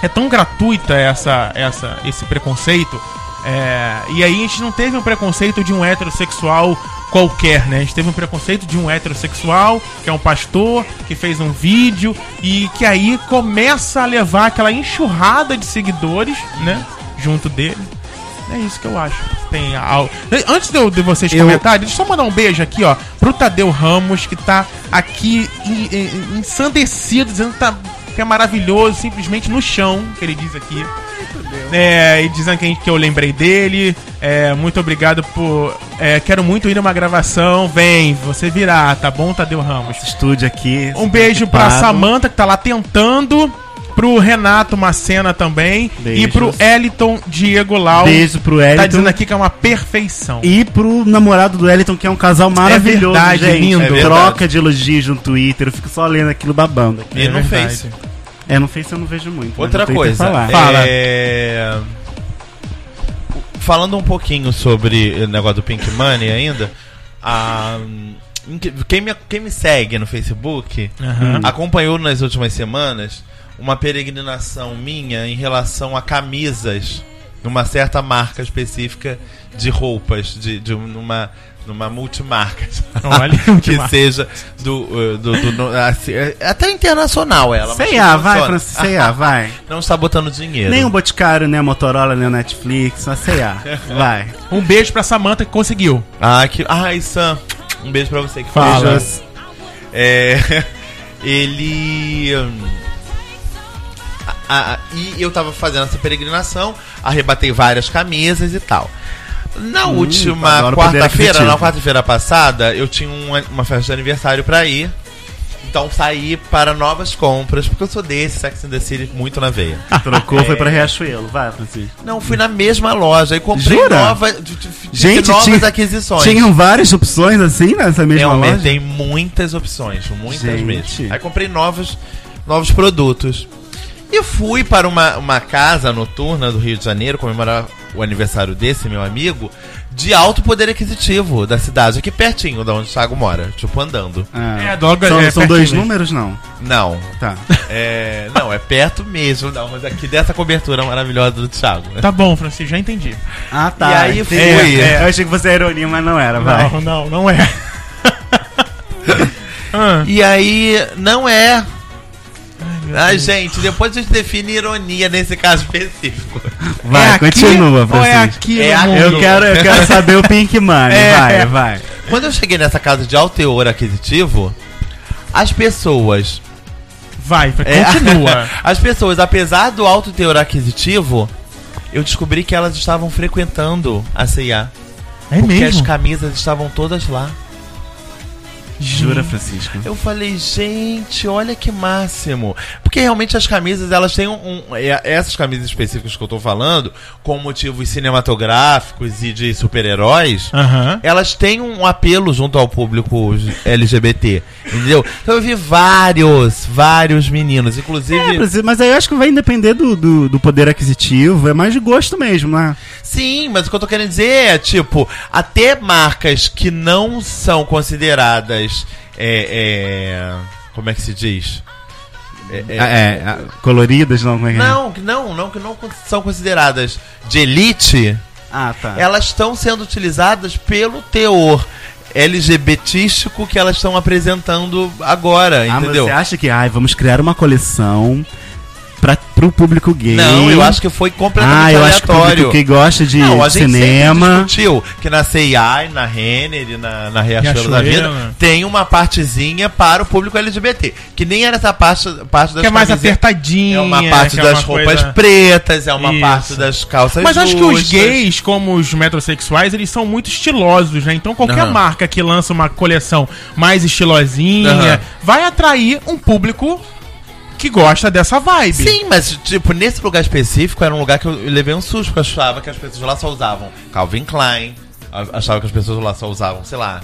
é tão gratuita essa, essa, esse preconceito. é, e aí a gente não teve um preconceito de um heterossexual qualquer, né? A gente teve um preconceito de um heterossexual, que é um pastor, que fez um vídeo e que aí começa a levar aquela enxurrada de seguidores, né? Junto dele. É isso que eu acho. Tem al- Antes de, eu- de vocês Eu- comentarem, deixa eu só mandar um beijo aqui, ó, pro Tadeu Ramos, que tá aqui em- em- ensandecido, dizendo que, tá- que é maravilhoso, simplesmente no chão, que ele diz aqui. É, e dizendo que, a gente- que eu lembrei dele. É, muito obrigado por. é, quero muito ir numa gravação. Vem, você virá, tá bom, Tadeu Ramos? Esse Estúdio aqui. Um beijo pra equipado. Samanta, que tá lá tentando. Pro Renato Macena também. E Beijos. pro Eliton Diego Lau. Beijo pro Elton. Tá dizendo aqui que é uma perfeição. E pro namorado do Eliton, que é um casal maravilhoso, verdade, gente. lindo. É verdade. Troca de elogios no Twitter, eu fico só lendo aquilo babando. E É no verdade. Face. É, no Face eu não vejo muito. né? Não Outra tem o que coisa. falar. Fala. é, Falando um pouquinho sobre o negócio do Pink Money ainda, a- quem, me, quem me segue no Facebook Uhum. Aham. acompanhou nas últimas semanas uma peregrinação minha em relação a camisas numa certa marca específica de roupas, de, de uma, numa multimarca. Olha, que multimarca. seja do. eh, do, do- no- assim, eh, até internacional ela. C&A, mas que vai, funciona. Francisco, C&A, vai. Não está botando dinheiro. Nem um o Boticário, nem a Motorola, nem o Netflix, mas C&A, vai. Um beijo pra Samantha que conseguiu. Ah, que... Ai, Sam, um beijo pra você que Fala. beijou. É... Ele... hum, a- a- e eu tava fazendo essa peregrinação, arrebatei várias camisas e tal. Na última adoro Hum, poder quarta-feira, aquisitivo. na quarta-feira passada, eu tinha uma, uma festa de aniversário pra ir. Então saí para novas compras, porque eu sou desse, Sex and the City, muito na veia. Trocou, foi É. pra Riachuelo, vai, Francisco. Não, fui na mesma loja e comprei Jura? novas, t- t- tive Gente, novas tinha- um aquisições. Tinham várias opções assim nessa mesma Realmente loja? tem muitas opções, muitas Gente. mesmo. Aí comprei novos, novos produtos. E fui para uma, uma casa noturna do Rio de Janeiro comemorar o aniversário desse meu amigo de alto poder aquisitivo da cidade, aqui pertinho da onde o Thiago mora, tipo andando. Ah, É, logo- são, é são pertinho dois mesmo. números, não? Não, Tá. é, não, é perto mesmo, não, mas aqui dessa cobertura maravilhosa do Thiago. né? Tá bom, Francisco, já entendi. Ah, tá. E aí entendi. fui. É, Eu achei que você era ironia, mas não era, vai. Não, não, não é. Ah, E aí, não é. É Ai, gente, depois a gente define ironia nesse caso específico. Vai, é continua, aqui, ou é Francisco. aqui É no aqui. mundo? Eu quero, eu quero saber o Pink Money, É. vai, vai. Quando eu cheguei nessa casa de alto teor aquisitivo, as pessoas. Vai, vai, é, continua. as pessoas, apesar do alto teor aquisitivo, eu descobri que elas estavam frequentando a CIA. É, porque as mesmo? camisas estavam todas lá. Jura, Francisco? Eu falei, gente, olha que máximo. Porque realmente as camisas, elas têm um. um- é- essas camisas específicas que eu tô falando, com motivos cinematográficos e de super-heróis, Aham. elas têm um apelo junto ao público LGBT, entendeu? Então eu vi vários, vários meninos, É, inclusive. Francisco, mas aí eu acho que vai depender do, do, do poder aquisitivo, é mais de gosto mesmo, né? sim, mas o que eu tô querendo dizer é, tipo, até marcas que não são consideradas. É, é, como é que se diz? É, é, É, é, coloridas, não, como é que é? não, que não, não, que não são consideradas de elite, Ah, tá. elas estão sendo utilizadas pelo teor LGBTístico que elas estão apresentando agora, Ah, mas entendeu? você acha que, ai, vamos criar uma coleção pra, pro público gay? Não, eu acho que foi completamente Ah, eu acho que o aleatório. público que gosta de Não, a gente cinema. sempre discutiu que na C&A, e na Renner e na, na Riachuelo da Riachuelo, né? Vida tem uma partezinha para o público LGBT, que nem era essa parte, parte das Que é mais camisetas. apertadinha. É uma parte que é das uma roupas coisa- pretas, é uma Isso. parte das calças Mas acho que os justas. gays, como os metrosexuais, eles são muito estilosos, né? Então qualquer Aham. marca que lança uma coleção mais estilosinha Aham. vai atrair um público que gosta dessa vibe. Sim, mas, tipo, nesse lugar específico era um lugar que eu levei um susto, porque eu achava que as pessoas lá só usavam Calvin Klein, a- achava que as pessoas lá só usavam, sei lá,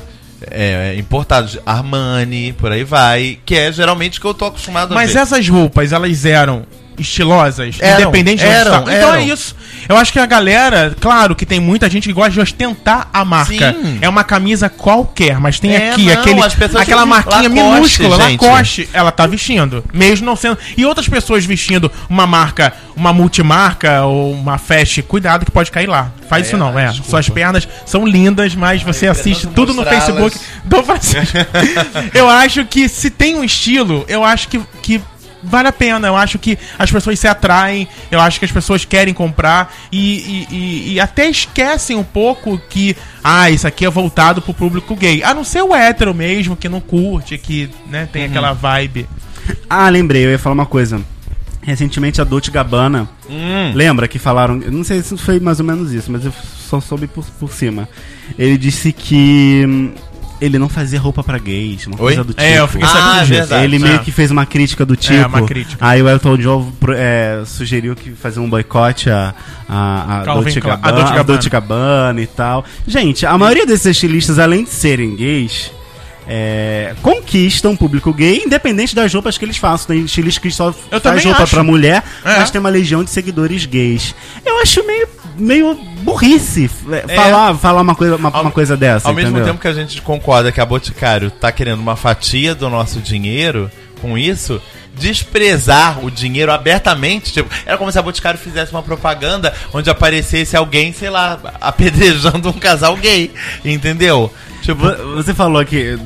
é, importados, Armani, por aí vai, que é geralmente o que eu tô acostumado a Mas é assim, ver. essas roupas, elas eram estilosas, Eram, independente onde eram, está. Então é eram. isso. Eu acho que a galera, claro que tem muita gente que gosta de ostentar a marca. Sim. É uma camisa qualquer, mas tem É, aqui não, aquele, as pessoas aquela que- marquinha Lacoste, minúscula, gente. Lacoste, ela tá vestindo, mesmo não sendo. E outras pessoas vestindo uma marca, uma multimarca ou uma fast, cuidado que pode cair lá. Faz É, isso não, é. desculpa. Suas pernas são lindas, mas você eu assiste tentando tudo no mostrá-las. Facebook do Francisco. eu acho que se tem um estilo, eu acho que, que vale a pena. Eu acho que as pessoas se atraem, eu acho que as pessoas querem comprar e, e- e- e até esquecem um pouco que, ah, isso aqui é voltado pro público gay. A não ser o hétero mesmo, que não curte, que né, tem Uhum. aquela vibe. Ah, lembrei, eu ia falar uma coisa. Recentemente a Dolce Gabbana, Hum. lembra que falaram, eu não sei se foi mais ou menos isso, mas eu só soube por, por cima. Ele disse que hum, ele não fazia roupa pra gays, uma Oi? coisa do tipo. É, eu fiquei sabendo Ah, disso. verdade. Ele é. meio que fez uma crítica do tipo. uma crítica. Aí o Elton John pro- é, sugeriu que fazer um boicote a, a, a, Calvin Dolce Klein. Gabbana, A Dolce a Dolce Gabbana e tal. Gente, a maioria desses estilistas, além de serem gays, é, conquistam o público gay, independente das roupas que eles façam. Tem estilistas que só Eu faz também roupa acho. pra mulher, É. mas tem uma legião de seguidores gays. Eu acho meio, meio burrice é, É. falar, falar uma, coisa, uma, Ao- uma coisa dessa. Ao mesmo entendeu? tempo que a gente concorda que a Boticário tá querendo uma fatia do nosso dinheiro com isso, desprezar o dinheiro abertamente, tipo, era como se a Boticário fizesse uma propaganda onde aparecesse alguém, sei lá, apedrejando um casal gay, entendeu? Tipo, Vo- Você falou que.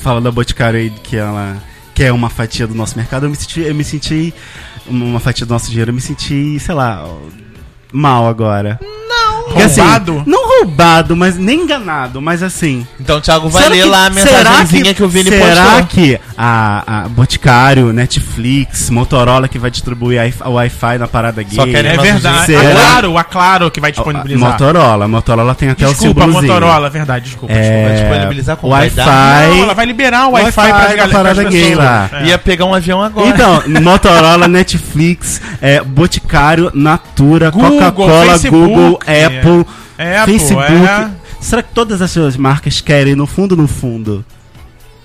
Fala da Boticário aí que ela quer uma fatia do nosso mercado. Eu me senti. Eu me senti uma fatia do nosso dinheiro. Eu me senti, sei lá. Mal agora. Porque, assim, Roubado? não roubado, mas nem enganado, mas assim. então o Thiago vai Será ler que- lá a mensagenzinha que, o Vini será postou. que a, a Boticário, Netflix, Motorola que vai distribuir i- o Wi-Fi na parada gay? Só querem É Nossa, verdade. será? A Claro, a Claro que vai disponibilizar. Motorola, Motorola tem até desculpa, é o símbolozinho. Motorola, verdade, desculpa. É, Vai disponibilizar como? Vai Wi-Fi. dar? Não, ela vai liberar o Wi-Fi Wi-Fi para na parada gay lá. É. Ia pegar um avião agora. Então, Motorola, Netflix, é, Boticário, Natura, Google, Coca-Cola, Facebook, Google, é. Apple, Apple, Facebook. é. Será que todas essas marcas querem, no fundo, no fundo,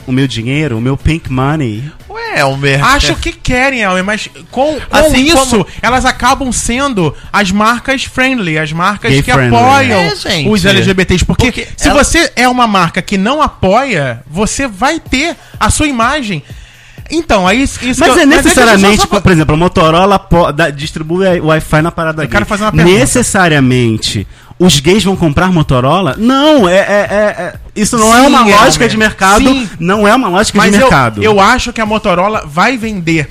o meu dinheiro, o meu pink money? Ué, é um Elmer. Acho que querem, Elmer, mas com, com Assim isso, como- elas acabam sendo as marcas friendly, as marcas Gay que friendly. apoiam É, gente. os LGBTs. Porque, Porque se ela- você é uma marca que não apoia, você vai ter a sua imagem. Então, aí isso isso Mas que é eu- deixa eu só- necessariamente, só- por exemplo, a Motorola po- dá- distribui a- Wi-Fi na parada Eu quero fazer uma pergunta. Necessariamente. Os gays vão comprar Motorola? Não, é, é- é- é- isso não é Sim, uma lógica Elmer. de mercado. Sim. Não é uma lógica Mas de eu, mercado. eu acho que a Motorola vai vender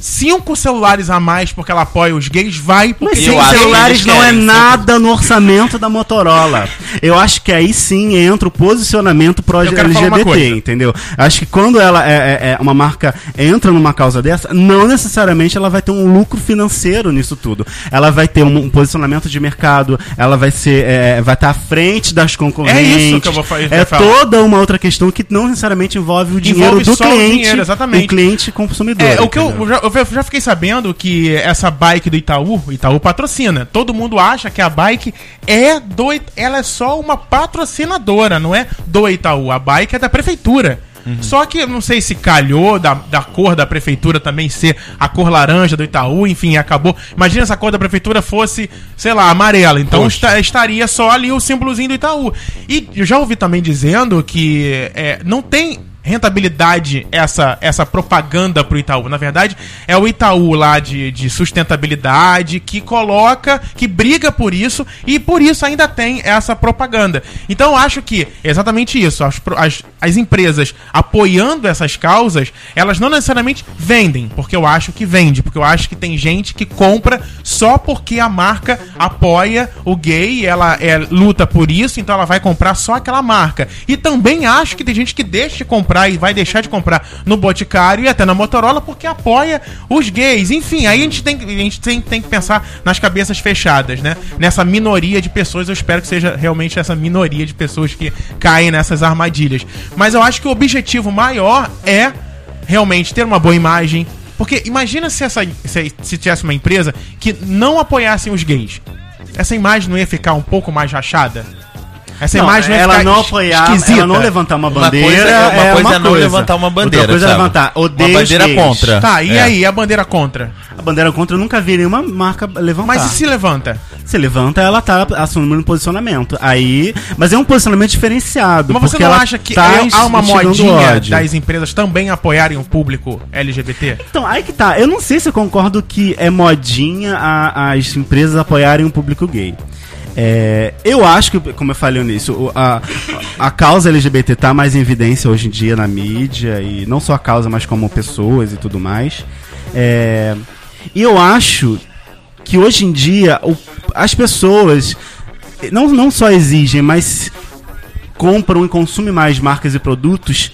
cinco celulares a mais porque ela apoia os gays, vai porque Mas Eu sem acho que celulares eles não é querem, nada no orçamento da Motorola. Eu acho que aí sim entra o posicionamento pro Eu quero falar uma coisa. LGBT, entendeu? Acho que quando ela é, é- é uma marca entra numa causa dessa, não necessariamente ela vai ter um lucro financeiro nisso tudo. Ela vai ter um, um posicionamento de mercado, ela vai ser é, vai estar à frente das concorrentes. que eu vou fa- É falar. toda uma outra questão que não necessariamente envolve o dinheiro do só o cliente, dinheiro, exatamente. o cliente consumidor. É, o que entendeu? eu já, eu já fiquei sabendo que essa bike do Itaú, o Itaú patrocina. Todo mundo acha que a bike é do It- ela é só uma patrocinadora, não é do Itaú. A bike é da prefeitura. Uhum. Só que eu não sei se calhou da, da cor da prefeitura também ser a cor laranja do Itaú, enfim, acabou. Imagina se a cor da prefeitura fosse, sei lá, amarela. Então Roxa. esta- estaria só ali o símbolozinho do Itaú. E eu já ouvi também dizendo que é, não tem rentabilidade essa, essa propaganda pro Itaú. Na verdade, é o Itaú lá de, de sustentabilidade que coloca, que briga por isso e por isso ainda tem essa propaganda. Então eu acho que é exatamente isso. As, pro- as, as empresas apoiando essas causas, elas não necessariamente vendem, porque eu acho que vende, porque eu acho que tem gente que compra só porque a marca apoia o gay, ela é, luta por isso, então ela vai comprar só aquela marca. E também acho que tem gente que deixa de comprar e vai deixar de comprar no Boticário e até na Motorola porque apoia os gays. Enfim, aí a gente tem, que- a gente tem, tem que pensar nas cabeças fechadas, né? Nessa minoria de pessoas, eu espero que seja realmente essa minoria de pessoas que caem nessas armadilhas. Mas eu acho que o objetivo maior é realmente ter uma boa imagem. Porque imagina se essa se, se tivesse uma empresa que não apoiasse os gays. Essa imagem não ia ficar um pouco mais rachada? Essa Não, imagem ia ela ficar não es- apoiar, esquisita? ela não levantar uma Uma bandeira. coisa é- uma coisa é não levantar uma bandeira, Outra coisa é Thiago. levantar. Uma Odeio os bandeira gays. contra. Tá, e É. aí, a bandeira contra? A bandeira contra eu nunca vi nenhuma marca levantar. Mas e se levanta? Se levanta, ela tá assumindo um posicionamento. Aí. Mas é um posicionamento diferenciado. Mas você porque não ela acha que tá é- há uma instigando modinha ódio. das empresas também apoiarem o público LGBT? Então, aí que tá. Eu não sei se eu concordo que é modinha a- as empresas apoiarem o público gay. É, eu acho que, como eu falei nisso, o- a, a causa LGBT tá mais em evidência hoje em dia na mídia, e não só a causa, mas como pessoas e tudo mais. É, e eu acho que hoje em dia o- as pessoas não, não só exigem, mas compram e consumem mais marcas e produtos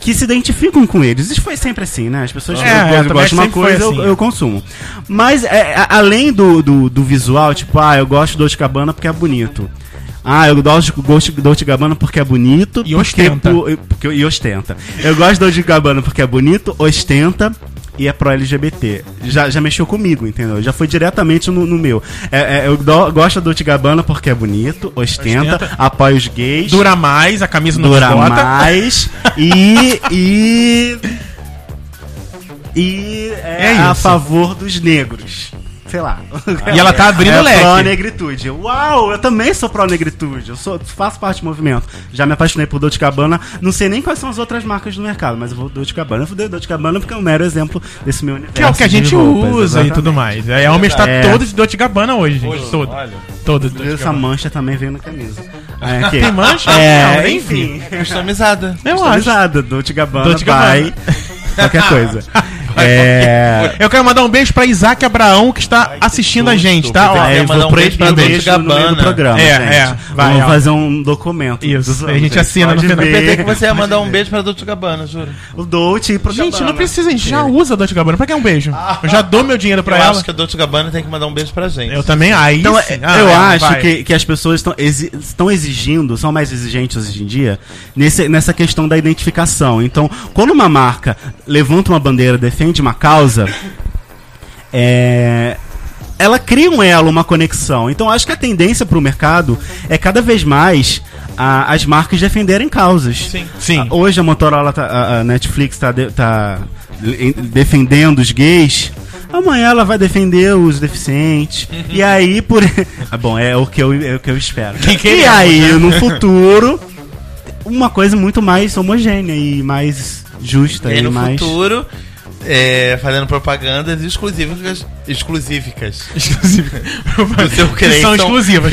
que se identificam com eles. Isso foi sempre assim, né? As pessoas É, que eu é, gosto- também gostam de uma sempre foi coisa, eu- assim. eu, consumo. Mas é, a- além do, do, do visual, tipo, ah, eu gosto do Dolce Gabbana porque é bonito. Ah, eu gosto do Dolce- Dolce Gabbana porque é bonito. E porque ostenta. po- porque, e ostenta. Eu gosto do Dolce Gabbana porque é bonito, ostenta e e é pró-LGBT. Já, já mexeu comigo, entendeu? Já foi diretamente no, no meu. É, é, eu dó- gosto do Tigabana porque é bonito, ostenta, Ostenta. apoia os gays, Dura mais, a camisa não dura desbota. mais e. e. E é, É a isso. favor dos negros. Sei lá. E ela tá abrindo é leque. pró-negritude. Uau, eu também sou pró-negritude. Eu sou, faço parte do movimento. Já me apaixonei por Dolce Gabbana. Não sei nem quais são as outras marcas do mercado, mas eu vou Dolce Gabbana. Eu vou Dolce Gabbana porque é um mero exemplo desse meu universo. Que é o que a de gente roupas, usa e exatamente. tudo mais. É, a homem está É. todo de Dolce Gabbana hoje, gente. Hoje, todo. olha. Todo de Inclusive, Dolce Essa Gabbana. mancha também vem na camisa. É, aqui. então. Tem mancha? É, Não, nem enfim. vi. Customizada. Eu acho. Customizada, Dolce Gabbana, Dolce Gabbana. vai, qualquer coisa. é... Eu quero mandar um beijo pra Isaac Abraão, que está assistindo a gente, tá? Tem Ó, que É, eu mandar vou um pro beijo pra um Dolce beijo no meio do Gabbana. programa, É, gente. é, vai, Vamos ó. fazer um documento. Isso, dos a anos, gente assina pode no final. ver. Eu Pensei que você ia mandar um beijo pra Dolce Gabbana, juro. O Dolce e pro gente, Gabbana. não precisa, a gente já usa Dolce Gabbana. Pra que é um beijo? Eu já dou meu dinheiro pra eu ela. acho que a Dolce Gabbana tem que mandar um beijo pra gente. Eu também, aí Então, sim. é, Ah, eu é, acho vai. que, que as pessoas estão exi- estão exigindo, são mais exigentes hoje em dia, nesse- nessa questão da identificação. Então, quando uma marca levanta uma bandeira, defende uma causa, é, ela cria um elo, uma conexão. Então, acho que a tendência para o mercado é cada vez mais a- as marcas defenderem causas. Sim. Sim. Ah, Hoje a Motorola, tá- a, a Netflix tá, de- tá em- defendendo os gays. Amanhã ela vai defender os deficientes. Uhum. E aí, por. Ah, bom, é o que eu, é o que eu espero. e queremos, né? aí, no futuro, uma coisa muito mais homogênea e mais justa. E E, no mais. futuro, é, fazendo propagandas exclusivas, exclusivas Exclusiva. seu que são então. Creyton. exclusivas.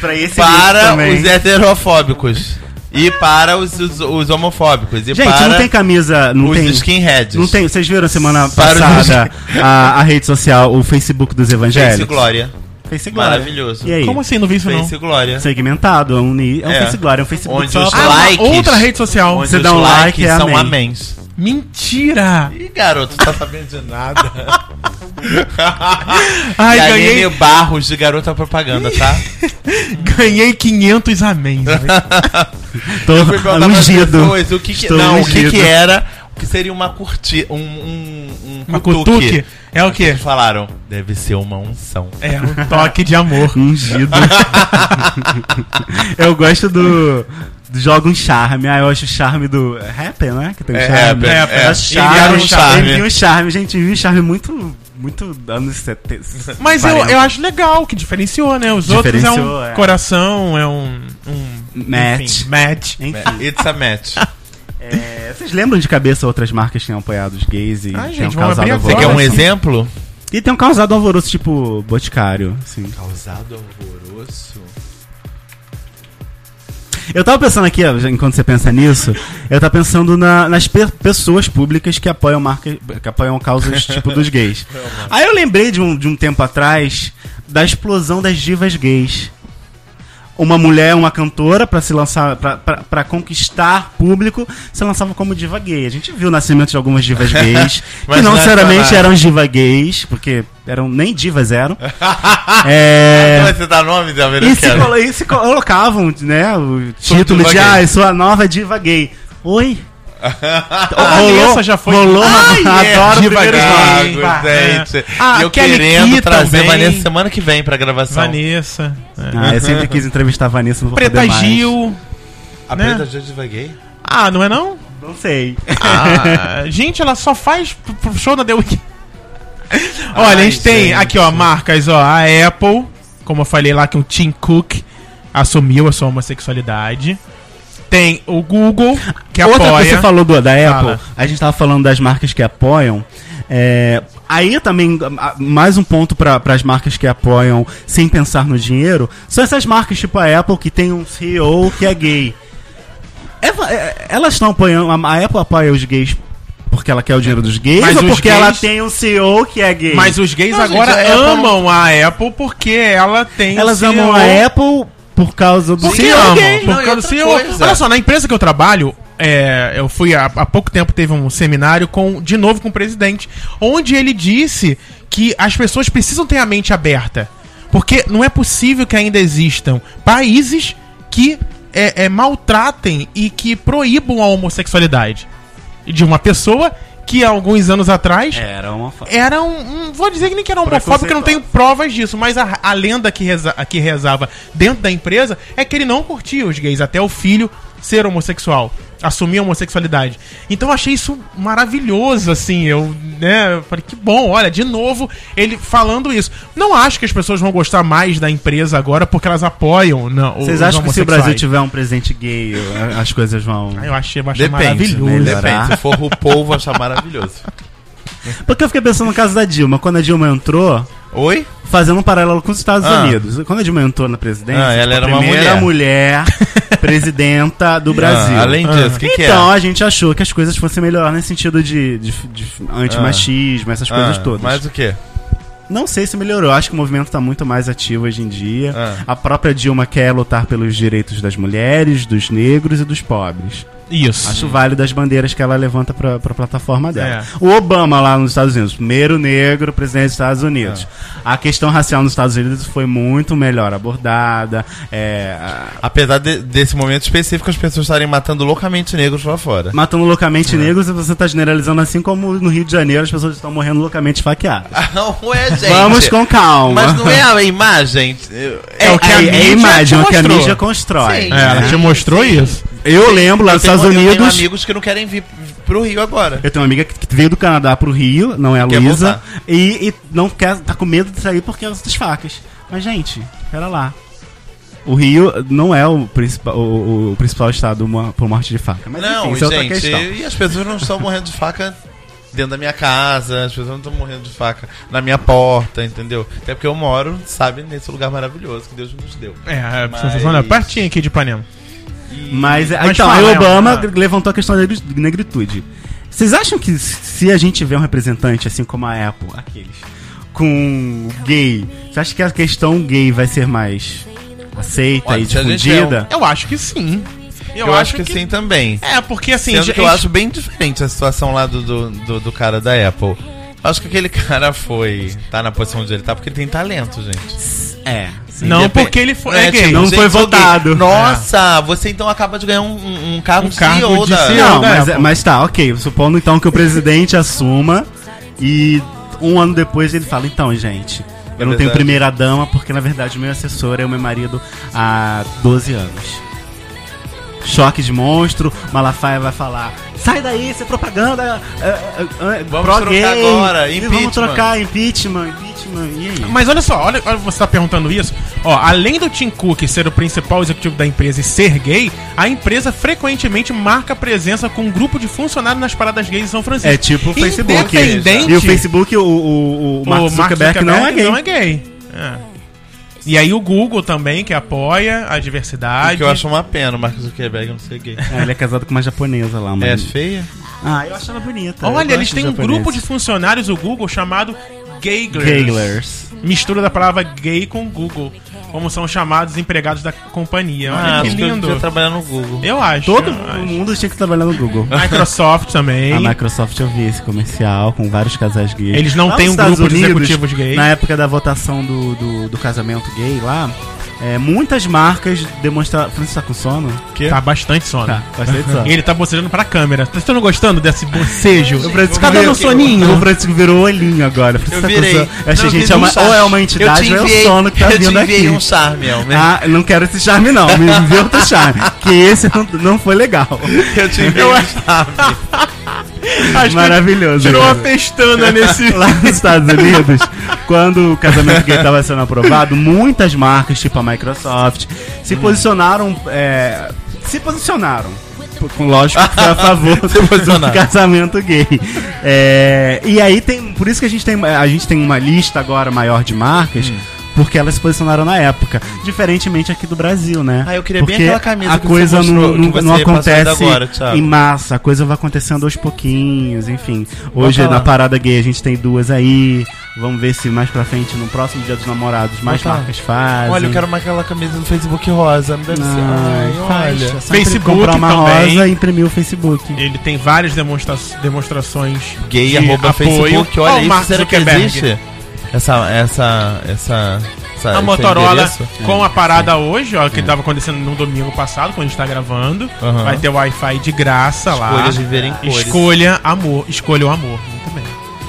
Pra esse grupo para também. os heterofóbicos e para os, os- os homofóbicos e Gente, para não tem camisa. Não os tem. skinheads. Não tem, vocês viram semana Para os- passada a, a rede social, o Facebook dos Face evangélicos? Glória. Face Glória. Maravilhoso. E é aí? Como assim? Não vi isso, não. Face Glória. segmentado, é um, ni- é um É. Face Glória, é um Facebook Onde só os pra- Ah, uma likes. outra rede social. Onde Você os dá um like, likes é são amém. améns. Mentira! Ih, garoto, tá sabendo de nada. Ai, e a ganhei, Aline Barros de Garota Propaganda, tá? ganhei 500 amém. Tô Eu fui perguntar pras ungido. pessoas o que, que Estou não, o que, ungido. que era, o que seria uma curti, um, um, um Uma cutuque é o quê? Eles falaram, deve ser uma unção. É um toque de amor. Ungido. eu gosto do, do jogo um charme. Ah, eu acho o charme do é rapper, né? Que tem um É, charme. rapper, Eu é. acho Ele era charme, um charme. Ele viu um charme, gente, viu um charme muito muito anos 70. Mas eu, 40. eu acho legal, que diferenciou, né? Os outros é um Diferenciou, é. coração, é um. um Match. enfim, match. Enfim, It's a match. é, vocês lembram de cabeça outras marcas que têm apoiado os gays e Ai, têm gente, vamos abrir agora. Você quer um assim? Olha só. exemplo? E tem um causado alvoroço tipo Boticário, assim. Causado horroroso. Eu tava pensando aqui, ó, enquanto você pensa nisso, eu tava pensando na- nas pe- pessoas públicas que apoiam marca, que apoiam causas tipo dos gays. Aí eu lembrei de um, de um tempo atrás da explosão das divas gays. Uma mulher, uma cantora, pra se lançar, pra- pra pra conquistar público, se lançava como diva gay. A gente viu o nascimento de algumas divas gays, que Mas não não é necessariamente pra- eram diva gays, porque eram nem divas eram. é... Vai Você dá nome, Zé Almeida? E Eu se, quero. colo- e se colocavam, né, o título diva de gay. ah, eu sou a nova diva gay. Oi? Vanessa já foi- Ah, rolou uma- Ai, é, adoro diva primeiros gay. nomes. Thiago, Pá, gente. é. Ah, E eu Kelly querendo Key trazer também. Vanessa semana que vem pra gravação. Vanessa. é. Ah, eu sempre quis entrevistar a Vanessa, não vou Preta poder mais. Gil. A né? Preta Gil divaguei. Ah, não é não? Não sei. Ah, gente, ela só faz pro- pro show da The Weeknd. Olha, a Ai, gente tem gente. aqui, ó, marcas, ó, a Apple, como eu falei lá que o Tim Cook assumiu a sua homossexualidade. Tem o Google, que Outra apoia. que você falou do- da Fala. Apple, a gente tava falando das marcas que apoiam. é, aí também, a- mais um ponto para as marcas que apoiam sem pensar no dinheiro, são essas marcas tipo a Apple que tem um CEO que é gay. Eva- é- Elas estão apoiando, a a Apple apoia os gays porque ela quer o dinheiro dos gays Mas ou os porque ela gays- tem um CEO que é gay? Mas os gays Não, gente, agora a Apple amam a Apple porque ela tem. Elas amam a Apple por causa do Porque CEO. amam. gay, por é causa não, e do outra CEO. coisa. Olha só, na empresa que eu trabalho, é, eu fui há, há pouco tempo, teve um seminário com, de novo com o presidente, onde ele disse que as pessoas precisam ter a mente aberta. Porque não é possível que ainda existam países que é, é, maltratem e que proíbam a homossexualidade de uma pessoa que há alguns anos atrás Era uma fa... era um, um- Vou dizer que nem que era homofóbico, que eu não tenho provas disso, mas a, a lenda que, reza- que rezava dentro da empresa é que ele não curtia os gays, até o filho ser homossexual, assumir a homossexualidade. Então eu achei isso maravilhoso, assim, eu, né, eu falei, que bom, olha, de novo ele falando isso. Não acho que as pessoas vão gostar mais da empresa agora porque elas apoiam não, Vocês acham que se o Brasil tiver um presidente gay, a- as coisas vão. Eu achei, eu achei Depende, maravilhoso. né? Melhorar. Depende. Se for RuPaul, vou achar maravilhoso. Porque eu fiquei pensando no caso da Dilma. Quando a Dilma entrou, Oi? fazendo um paralelo com os Estados Ah. Unidos. Quando a Dilma entrou na presidência, Ah, tipo, ela era a uma primeira mulher, presidenta do Brasil. Ah, além disso, o que, que é? então a gente achou que as coisas fossem melhorar nesse sentido de, de, de antimachismo, essas coisas Ah, todas. Mas o quê? Não sei se melhorou, acho que o movimento está muito mais ativo hoje em dia. Ah. A própria Dilma quer lutar pelos direitos das mulheres, dos negros e dos pobres. Isso. Acho válido as bandeiras que ela levanta pra, pra plataforma É. dela. O Obama lá nos Estados Unidos, primeiro negro presidente dos Estados Unidos. A questão racial nos Estados Unidos foi muito melhor abordada. é, a- Apesar de- desse momento específico, as pessoas estarem matando loucamente negros lá fora. matando loucamente negros, você tá generalizando assim como no Rio de Janeiro as pessoas estão morrendo loucamente esfaqueadas. Não é, gente. Vamos com calma. Mas não é a imagem. É, o que a, mídia imagem, te o que a mostrou. mídia constrói. Sim. É, ela te mostrou isso. Eu lembro lá nos Estados Eu tenho Unidos. é, amigos que não querem vir pro Rio agora. Eu tenho uma amiga que que veio do Canadá pro Rio, não é a Quer Luísa, voltar. e, e não quer, tá com medo de sair porque usa das facas. Mas, gente, pera lá. O Rio não é o principal, o, o principal estado mo- por morte de faca. Mas não, enfim, isso é outra gente, questão. e as pessoas não estão morrendo de faca dentro da minha casa, as pessoas não estão morrendo de faca na minha porta, entendeu? Até porque eu moro, sabe, nesse lugar maravilhoso que Deus nos deu. É, Mas- sensacional. Pertinho aqui de Ipanema. Mas, Mas então, fala, aí é, o Obama ah. levantou a questão da negri- negritude. Vocês acham que se a gente tiver um representante, assim como a Apple, aqueles, com gay, você acha que a questão gay vai ser mais aceita Olha, e se a gente tiver um- difundida? Eu acho que sim. Eu, acho que, sim também. É, porque assim, Sendo gente- que eu acho bem diferente a situação lá do, do, do- do cara da Apple. Eu Acho que aquele cara foi. tá na posição onde ele tá, porque ele tem talento, gente. É. Sim. não Independ- porque ele foi, É, é gay. tipo, Não gente, foi sou gay. votado. Nossa, você então acaba de ganhar um, um, um cargo Um cargo CEO de da. CEO. Não, né, mas, pô? mas tá, ok. Supondo então que o presidente assuma e um ano depois ele fala, então, gente, eu não tenho verdade. primeira dama porque na verdade o meu assessor é o meu marido há 12 anos. Choque de monstro, Malafaia vai falar: sai daí, isso é propaganda é, é, é, Vamos pró-gay, trocar agora, e impeachment." Vamos trocar impeachment, impeachment, e aí? Mas olha só, olha, olha você tá perguntando isso. Ó, além do Tim Cook ser o principal executivo da empresa e ser gay, a empresa frequentemente marca presença com um grupo de funcionários nas paradas gays em São Francisco. É tipo o Facebook. né? Independente, E o Facebook, o, o, o Mark Zuckerberg, não é gay. Não é gay. É. E aí o Google também, que apoia a diversidade. O que eu acho uma pena, o Mark Zuckerberg, eu não sei gay. Ah, ele é casado com uma japonesa lá, É mas. feia? Ah, eu achava bonita. Eu Olha, gosto eles têm um japoneses. grupo de funcionários, o Google, chamado Gaylers. Gaylers. Mistura da palavra gay com Google, como são chamados empregados da companhia. Olha Ah, que acho que eu lindo. devia trabalhar no Google. Eu acho. Todo eu acho. mundo tinha que trabalhar no Google. Microsoft também. Tá A Microsoft eu vi esse comercial com vários casais gays. Eles não Lá têm um nos grupo Estados de executivos gays. Na época da votação do, do, do casamento gay lá, é, muitas marcas demonstraram. Francisco tá com sono? Que? Tá bastante sono. Tá, bastante sono. E ele tá bocejando pra câmera. Vocês estão gostando desse bocejo? O Francisco Tá dando virou- um soninho? O Francisco virou olhinho agora. Francisco Eu tá com virei. sono. Eu achei Não, que a gente eu é uma, vi um ou é charme. uma entidade te ou é enviei- o sono que tá eu te vindo enviei aqui. um charme, Elmer. Ah, não quero esse charme não, me envia outro charme. Que esse não, não foi legal. Eu te enviei um charme. Acho Maravilhoso. que tirou uma né? pestana nesse. Lá nos Estados Unidos, quando o casamento gay estava sendo aprovado, muitas marcas, tipo a Microsoft, se posicionaram. é, se posicionaram. P- Com lógico que foi a favor do posicionaram. casamento gay. É, e aí tem. Por isso que a gente tem, a gente tem uma lista agora maior de marcas. Hum. Porque elas se posicionaram na época. Diferentemente aqui do Brasil, né? Ah, eu queria bem aquela camisa a que você coisa mostrou, não, não- que não você passou ainda acontece agora, Thiago. em massa, a coisa vai acontecendo aos pouquinhos, enfim. Hoje Bota lá. na parada gay a gente tem duas aí. Vamos ver se mais pra frente, no próximo dia dos namorados, mais Bota lá. marcas fazem. Olha, eu quero uma aquela camisa do Facebook rosa. Não deve ser. Ai, Ai, faz, olha. é só impri- Facebook comprar uma também. rosa e imprimir o Facebook. Ele tem várias demonstra- demonstrações de Gay arroba apoio. Facebook, Ó, olha o isso. Mark Será que Zuckerberg. existe? Essa, essa, essa, a esse Motorola endereço? com a parada hoje, ó, que tava acontecendo no domingo passado, quando a gente tá gravando. Aham. Vai ter Wi-Fi de graça lá. Escolhas viverem cores. Escolha amor. Escolha o amor. Muito bem.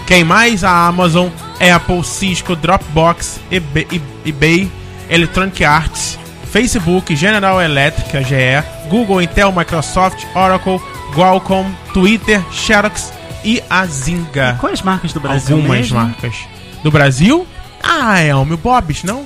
Quem mais? A Amazon, Apple, Cisco, Dropbox, eBay, eBay, Electronic Arts, Facebook, General Electric, a GE, Google, Intel, Microsoft, Oracle, Qualcomm, Twitter, Xerox e a É. Zynga. Quais marcas do Brasil? Algumas mesmo? marcas. Do Brasil? Ah, é o meu Bob's, não?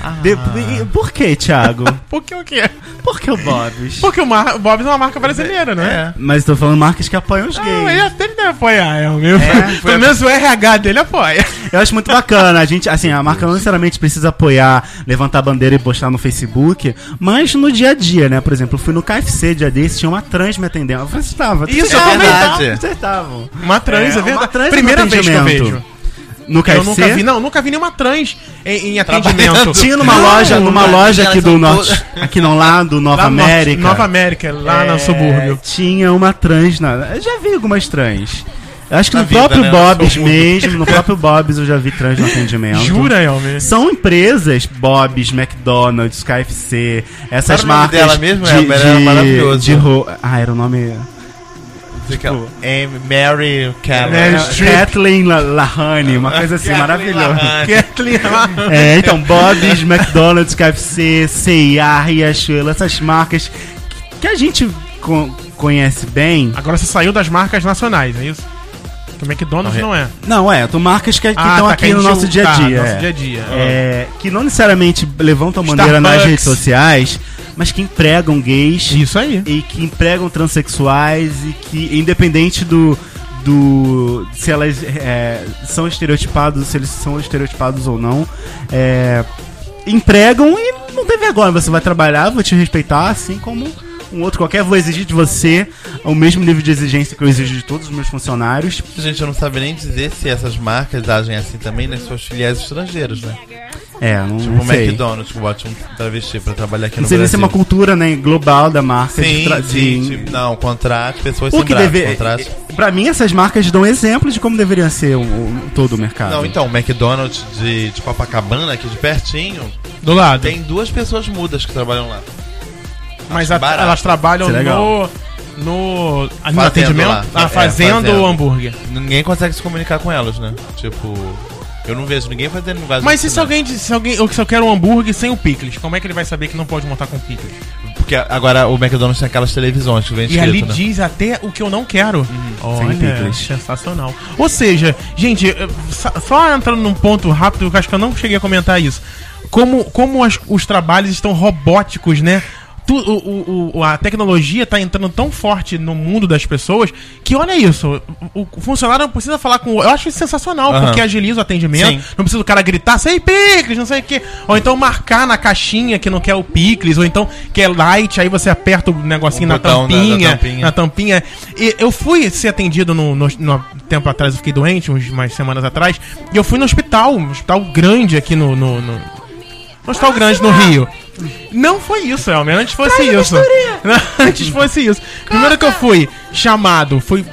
Ah. De- e- Por que, Thiago? Por que o quê? Por que o Bob's? Porque o, Mar o Bob's é uma marca brasileira, né? É. Mas tô falando marcas que apoiam os Ah, gays. ele deve deve apoiar, é o meu. É, foi Pelo menos o RH dele apoia. Eu acho muito bacana. A gente, assim, a marca não necessariamente precisa apoiar, levantar a bandeira e postar no Facebook, mas no dia a dia, né? Por exemplo, eu fui no KFC dia desse, tinha uma trans me atendendo. Eu falei, "Vocês estavam. Isso vocês é estavam, verdade. Vocês estavam. Uma trans, é, uma verdade. trans no Primeira vez que eu atendimento. vejo. No KFC. Eu nunca vi, não, nunca vi nenhuma trans em, em atendimento. Trabalhando. Tinha numa Não, loja, numa não, loja aqui elas do são norte, aqui não, lá do Nova Lá no norte- América. Nova América, lá É, no subúrbio. Tinha uma trans na. Eu já vi algumas trans. Eu Acho que Na no vida, próprio né, no Bob's subúrbio. mesmo, no próprio Bob's eu já vi trans no atendimento. Jura, Elmer? São empresas, Bob's, McDonald's, KFC, essas Era o nome marcas. dela mesmo? de, Era- era de- maravilhoso. de ro- Ah, era o nome. Tipo, M- Mary Mary Cameron. Streep. Strip. Kathleen La- Lahane, uma coisa assim Kathleen maravilhosa. Lahane. Kathleen lá. É, então, Bob's, McDonald's, KFC, C&A, Riachuelo, essas marcas que a gente co- conhece bem. Agora você saiu das marcas nacionais, é isso? Que o McDonald's não é. Não, é, são marcas que que Ah, estão tá, que aqui a no gente nosso usa, dia a dia. tá, nosso é. dia a dia. É, que não necessariamente levantam bandeira nas Starbucks. redes sociais, mas que empregam gays É Isso aí. e que empregam transexuais e que, independente do. do se elas é, são estereotipados, se eles são estereotipados ou não, é, empregam e não tem vergonha. Você vai trabalhar, vou te respeitar, assim como um outro qualquer. Vou exigir de você o mesmo nível de exigência que eu exijo de todos os meus funcionários. Gente, eu não sabe nem dizer se essas marcas agem assim também nas suas filiais estrangeiras, né? É, não, Tipo não o sei. McDonald's, que bota um travesti pra trabalhar aqui Não no sei se é Brasil. uma cultura né, global da marca de, Sim, tra- sim, de- tipo, não, contrato, pessoas O sem que braço, deve... contrato. Pra mim, essas marcas dão exemplos de como deveria ser o, o- todo o mercado. Não, então, o McDonald's de, de Copacabana, aqui de pertinho, Do lado. tem duas pessoas mudas que trabalham lá. Mas a- barato. elas trabalham Isso no. é legal. No, no Fazendo atendimento? lá. Ah, É, fazendo fazendo. o hambúrguer. Ninguém consegue se comunicar com elas, né? Tipo, eu não vejo ninguém fazendo lugar Mas e se alguém diz- se alguém. Eu só quero um hambúrguer sem o picles, como é que ele vai saber que não pode montar com picles? Porque agora o McDonald's tem aquelas televisões que vem E ali escrito, né? Uhum. diz até o que eu não quero. Olha, Sem picles. sensacional. Ou seja, gente, eu- sa- só entrando num ponto rápido, que eu acho que eu não cheguei a comentar isso. Como, como as- os trabalhos estão robóticos, né? Tu- o- o- o- a tecnologia está entrando tão forte no mundo das pessoas que, olha isso, o, o funcionário não precisa falar com o. Eu acho isso sensacional, Aham. porque agiliza o atendimento. Sim. Não precisa o cara gritar, sei picles, não sei o quê. Ou então marcar na caixinha que não quer o picles, ou então quer light, aí você aperta o negocinho O assim, na Um botão né, da- da tampinha, tampinha. na tampinha. E eu fui ser atendido no, no- no tempo atrás, eu fiquei doente, uns, umas semanas atrás, e eu fui no hospital, um hospital grande aqui no. no, no um hospital grande no Rio. Não foi isso, Elmer. Antes fosse isso. Não, Antes fosse isso. Primeiro que eu fui chamado, fui.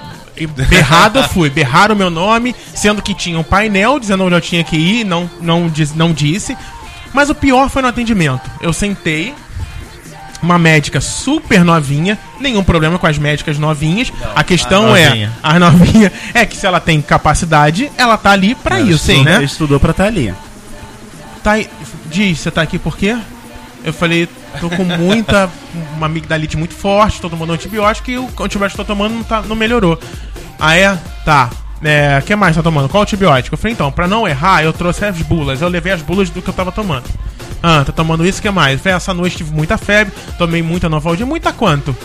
Berrado eu fui, berraram o meu nome, sendo que tinha um painel dizendo onde eu tinha que ir, não, não, diz- não disse. Mas o pior foi no atendimento. Eu sentei, uma médica super novinha, nenhum problema com as médicas novinhas. a questão a é, novinha. a novinha é que se ela tem capacidade, ela tá ali É, pra Ela isso, estudou, né? Estudou pra estar ali. Tá, aí- diz, você tá aqui por quê? Eu falei, tô com muita uma amigdalite muito forte, tô tomando antibiótico e o antibiótico que eu tô tomando não, tá, não melhorou. Ah é? Tá. É, que mais tá tomando? Qual antibiótico? Eu falei, então, pra não errar, eu trouxe as bulas. Eu levei as bulas do que eu tava tomando. Ah, tá tomando isso, que mais? Eu falei, essa noite tive muita febre, tomei muita novalgina, muita quanto?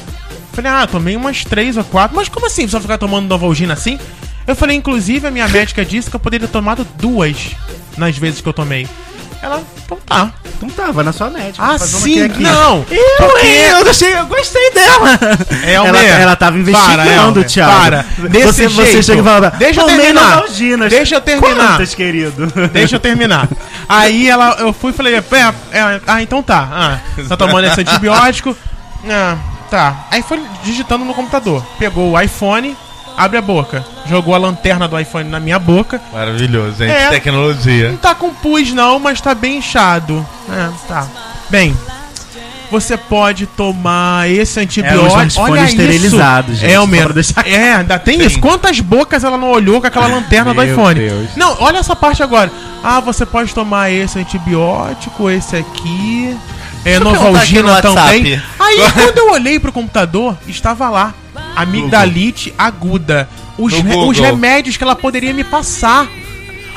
Falei, ah, tomei umas três ou quatro. Mas como assim? Você vai ficar tomando Novalgina assim? Eu falei, inclusive, a minha médica disse que eu poderia ter tomado duas nas vezes que eu tomei. Ela, então tá. Então tá, vai na sua médica. Ah, faz uma sim, aqui, aqui. não. Eu, Porque- hein, eu, achei, eu gostei dela. Elmer, ela, tá- ela tava para, investigando, Elmer, Thiago. para. Desse você, você jeito. chega e fala, Deixa eu "Tomei terminar. Novalginas." Deixa eu terminar. Quantas, querido? Deixa eu terminar. Aí ela, eu fui e falei, é, é, ah, então tá. Ah, tá tomando esse antibiótico. Ah, tá. Aí foi digitando no computador. Pegou o iPhone, abre a boca. Jogou a lanterna do iPhone na minha boca. Maravilhoso, gente. É. Não Tecnologia. tá com pus, não, mas tá bem inchado. É, tá. Bem, você pode tomar esse Eram É, os antibiótico. smartphones Olha isso. esterilizados, gente, É, só o mesmo. pra deixar- É, ainda tem Sim. isso. Quantas bocas ela não olhou com aquela lanterna do Meu iPhone? Deus. Não, olha essa parte agora. Ah, você pode tomar esse antibiótico, esse aqui. É, eu perguntar Novalgina aqui no também. WhatsApp. Aí, quando eu olhei pro computador, estava lá. Amigdalite aguda. Os, No re- os Google. remédios que ela poderia me passar.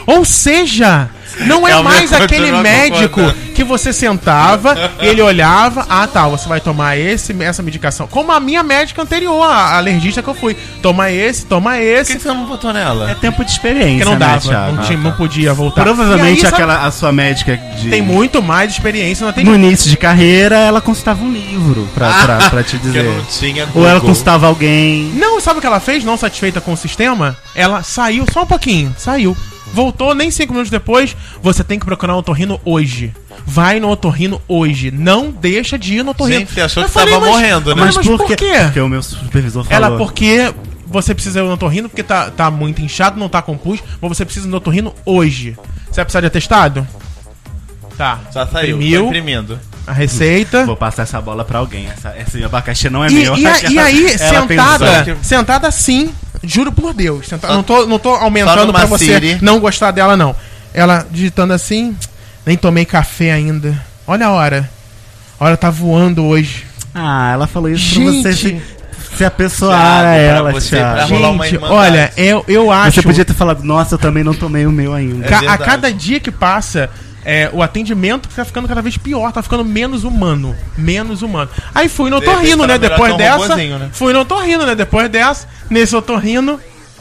Ou seja, não é É o mais mesmo aquele conteúdo, médico concordo. que você sentava e ele olhava, ah tá, você vai tomar esse, essa medicação. Como a minha médica anterior, a alergista que eu fui. Toma esse, toma Por que, esse. que você não botou nela? É tempo de Porque experiência, não né, dava, Thiago? Tá. não, tinha- não podia voltar. Provavelmente E aí, sabe, aquela, a sua médica de... Tem muito mais experiência no No atendimento. início de carreira, ela consultava um livro pra, Ah, pra, pra te Porque dizer. não tinha Ou ela Google. consultava alguém. Não, sabe o que ela fez? Não satisfeita com o sistema? Ela saiu só um pouquinho, saiu. Voltou nem cinco minutos depois. Você tem que procurar um otorrino hoje. Vai no otorrino hoje. Não deixa de ir no otorrino. Gente, você achou Eu que tava falei, mas- morrendo, né? Mas, por, quê? Porque o meu supervisor falou. Ela, porque você precisa ir no otorrino porque tá, tá muito inchado, não tá com pus, mas você precisa ir no otorrino hoje. Você vai precisar de atestado? Tá. Já saiu, Imprimiu tô imprimindo. a receita. Vou passar essa bola pra alguém. Essa, esse abacaxi não é E, meu. e a- e aí, Ela sentada, pensou É. que- sentada assim, juro por Deus. senta- não, tô, não tô aumentando numa pra você Siri. não gostar dela, não. Ela digitando assim, nem tomei café ainda. Olha a hora. A hora tá voando hoje. Ah, ela falou isso pra você Gente. se, se apessoar Thiago, a pra ela, você, Thiago. pra Vai rolar uma Gente, irmandade. olha, eu, eu acho. Você podia ter falado, nossa, eu também não tomei o meu ainda. Ca- a É verdade. cada dia que passa, é, o atendimento tá ficando cada vez pior, tá ficando menos humano. Menos humano. Aí fui no De repente otorrino, tá né? melhor Depois ter um dessa. robozinho, né? Fui no otorrino, né? Depois dessa. Nesse otorrino.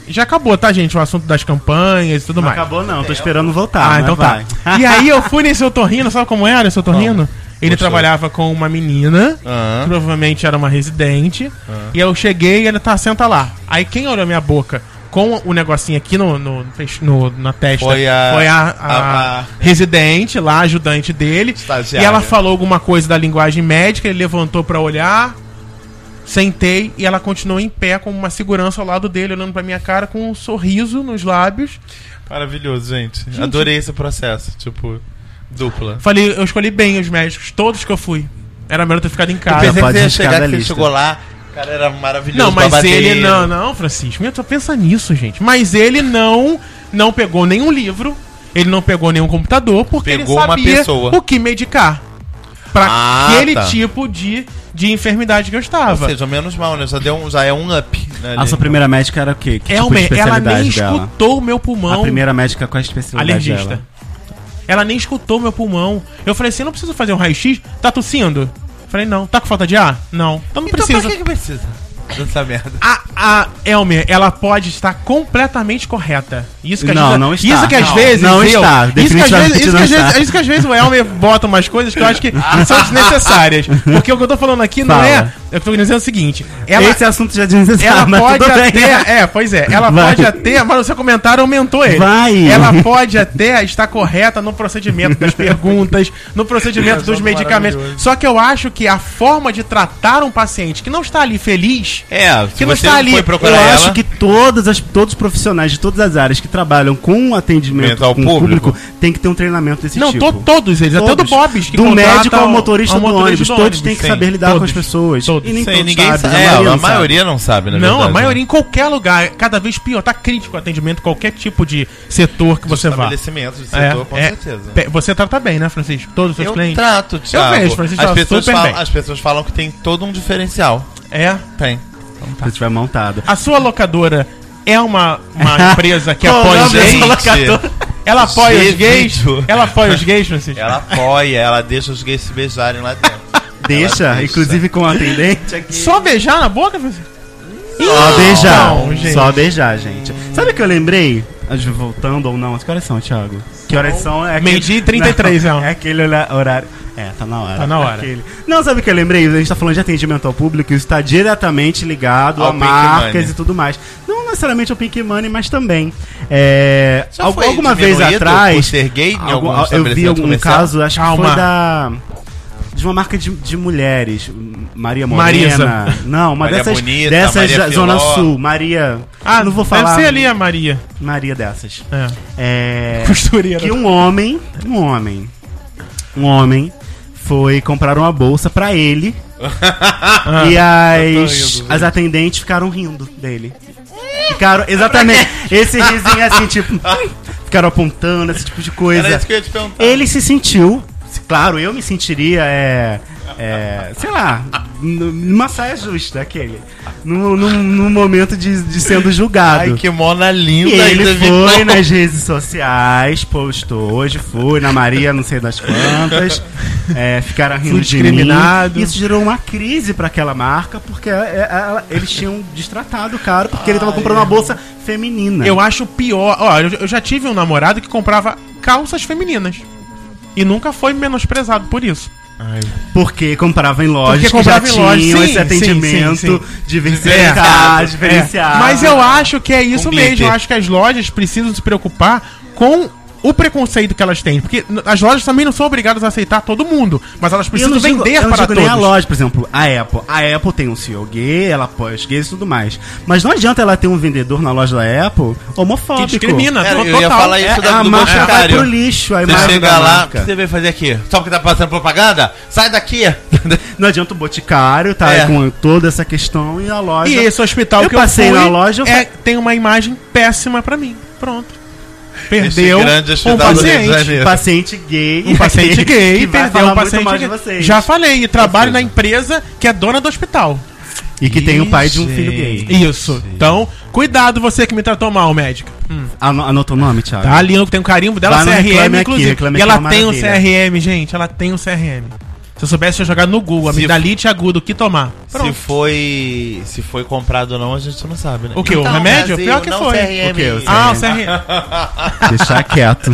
Já acabou, tá, gente? O assunto das campanhas e tudo Não mais. acabou não, tô esperando voltar. Ah, né? mas então tá. vai. E aí eu fui nesse otorrino, sabe como era esse otorrino? Ele Gostou. trabalhava com uma menina, Aham. que provavelmente era uma residente, e eu cheguei e ele tá, senta lá. Aí quem olhou minha boca com o negocinho aqui no, no- no- na testa Foi a- foi a, a- a- residente lá, ajudante dele. E Estagiária. ela falou alguma coisa da linguagem médica, ele levantou pra olhar, sentei e ela continuou em pé com uma segurança ao lado dele, olhando pra minha cara com um sorriso nos lábios. Maravilhoso, gente. Adorei esse processo, tipo, dupla. Falei, eu escolhi bem os médicos, todos que eu fui. Era melhor ter ficado em Eu casa. pensei que pode você ia riscar chegar, da que você lista. chegou lá, o cara era maravilhoso. Não, mas babadeiro. ele não, não, Francisco, eu só pensa nisso, gente. Mas ele não não pegou nenhum livro, ele não pegou nenhum computador, porque Pegou ele uma sabia pessoa. o que medicar Pra Ah, aquele tá. tipo de, de enfermidade que eu Ou estava. seja, menos mal, né? Já, deu um, já é um up. Né, A ali. sua primeira médica era o quê? Que tipo Elmer, É ela nem dela? escutou o meu pulmão. A primeira médica com a especialidade alergista. dela? Ela nem escutou meu pulmão. Eu falei assim, não preciso fazer um raio-x? Tá tossindo? Falei, não. Tá com falta de ar? Não. Então não Então precisa. pra que, que precisa dessa merda? A, a Elmer, ela pode estar completamente correta. Isso que às Não, vezes, não está. Isso que às Não, vezes não eu, está. Isso que às vezes, Definitivamente isso que não às vezes, está. isso que às vezes o Elmer bota umas coisas que eu acho que são desnecessárias. Porque o que eu tô falando aqui não Fala. é. Eu tô dizendo o seguinte. Ela, Esse assunto já diz ela pode tudo bem. até. É, pois é. Ela Vai. pode até. Mas o seu comentário aumentou ele. Vai. Ela pode até estar correta no procedimento das perguntas, no procedimento dos Assunto medicamentos. maravilhoso. Só que eu acho que a forma de tratar um paciente que não está ali feliz. É, Que se não você está não ali. foi Eu procurar ela... acho que todas as, todos os profissionais de todas as áreas que trabalham com atendimento Atendimento ao com o público. público. tem que ter um treinamento desse Não, tipo. to- todos eles, é até do Todos. Bob's. do contrata médico ao o- motorista, ao do motorista ônibus, todos têm que sim. saber lidar com Todos. as pessoas. Todos. E nem Sim, todos ninguém sabem, sabe. a maioria É, a não sabe. maioria não sabe, né? Não, a maioria em qualquer lugar, é cada vez pior. Tá crítico o atendimento, qualquer tipo de setor que você vá. Estabelecimentos do É, um setor, com é. certeza. Pe- Você trata bem, né, Francisco? Todos os seus Eu clientes? trato, Thiago. vejo, Francisco, as tá pessoas, super falam, bem. as pessoas falam que tem todo um diferencial. É. Tem. Se tiver montado. A sua locadora é uma, uma empresa que apoia os Colômbia, gays? ela- Ela apoia os Gente. gays? Ela apoia os gays, Francisco? Ela apoia, ela deixa os gays se beijarem lá dentro. Deixa, deixa. inclusive com o atendente aqui. Só beijar na boca, Francisco? Só beijar. Não, gente. Só beijar, gente. Sabe o que eu lembrei? A gente Voltando ou não? Que horas são, Thiago? Que horas são? É aquele- Meio-dia e 33, não, é. É aquele olha- horário. É, tá na hora. Tá na hora. Aquele. Não, sabe o que eu lembrei? A gente tá falando de atendimento ao público e isso tá diretamente ligado Ao a Pink marcas Money. e tudo mais. Não necessariamente ao Pink Money, mas também. É, Já al- foi alguma vez diminuído atrás. por ser gay em algum algum- eu vi estabelecimento algum comercial? caso, acho Calma. que foi da. de uma marca de, de mulheres. Maria Morena. Marisa. Não, uma Maria dessas. Bonita, dessas Maria da Zona Filó. Sul. Maria. Ah, não vou falar. Deve ser ali a Maria. Maria dessas. É. É. Costureira. que um homem, um homem, um homem foi comprar uma bolsa pra ele Ah, e eu as, tô rindo, gente. as atendentes ficaram rindo dele. Ficaram, exatamente, esse risinho assim, tipo, ficaram apontando, esse tipo de coisa. Era isso que eu ia te Tá. perguntar. Ele se sentiu, claro, eu me sentiria, é, é, sei lá, n- numa saia justa, aquele, num, num, num momento de, de sendo julgado. Ai, que mona E linda. ele ainda me- foi nas redes sociais, postou hoje, foi na Maria, não sei das quantas. É, ficaram rindo Fui discriminado. de mim. Isso gerou uma crise pra aquela marca, porque é, é, ela- eles tinham destratado o cara, porque ele tava comprando uma bolsa É. feminina. é. Eu acho pior. Ó, eu, eu já tive um namorado que comprava calças femininas. E nunca foi menosprezado por isso. Porque comprava em lojas Porque comprava que em já lojas, tinham sim, esse atendimento sim, sim, diversificado, diferenciado. É. Mas eu acho que é isso Com mesmo. glitter. Eu acho que as lojas precisam se preocupar com o preconceito que elas têm. Porque n- as lojas também não são obrigadas a aceitar todo mundo. Mas elas eu precisam não digo- vender eu não para digo todos. nem a loja, por exemplo, a Apple. A Apple tem um CEO gay, ela apoia os gays e tudo mais. Mas não adianta ela ter um vendedor na loja da Apple homofóbico. Que discrimina, Era, to- eu ia falar É, isso da- a do marca vai Boticário. pro lixo, a Você imagem chega da lá, o que marca. você veio fazer aqui? Só porque tá passando propaganda? Sai daqui! Não adianta o Boticário, tá? É. Com toda essa questão e a loja... E esse hospital Eu que passei eu fui na loja, eu é, tem uma imagem péssima pra mim. Pronto. Esse Perdeu grande um hospital do Rio de paciente. Janeiro. um paciente gay. Um paciente gay, que vai perdeu falar um paciente muito mal gay. de vocês. Já falei, e trabalho na empresa que é dona do hospital. E que tem o pai de um filho Gente. gay. Isso. Então, cuidado você que me tratou mal, médico. Hum. Ano- Anota o nome, Thiago? Tá ali, tem um carimbo dela, Vai no CRM, Reclame Aqui, inclusive. Reclame e Aqui é ela uma tem um maravilha. CRM, gente. Ela tem um CRM. Se eu soubesse, eu ia jogar no Google. Se- Amigdalite agudo, o que tomar? Se Pronto. foi. Se foi comprado ou não, a gente não sabe, né? O quê? O remédio? Pior que foi. O quê? O CRM? Ah, o CRM. Deixar quieto.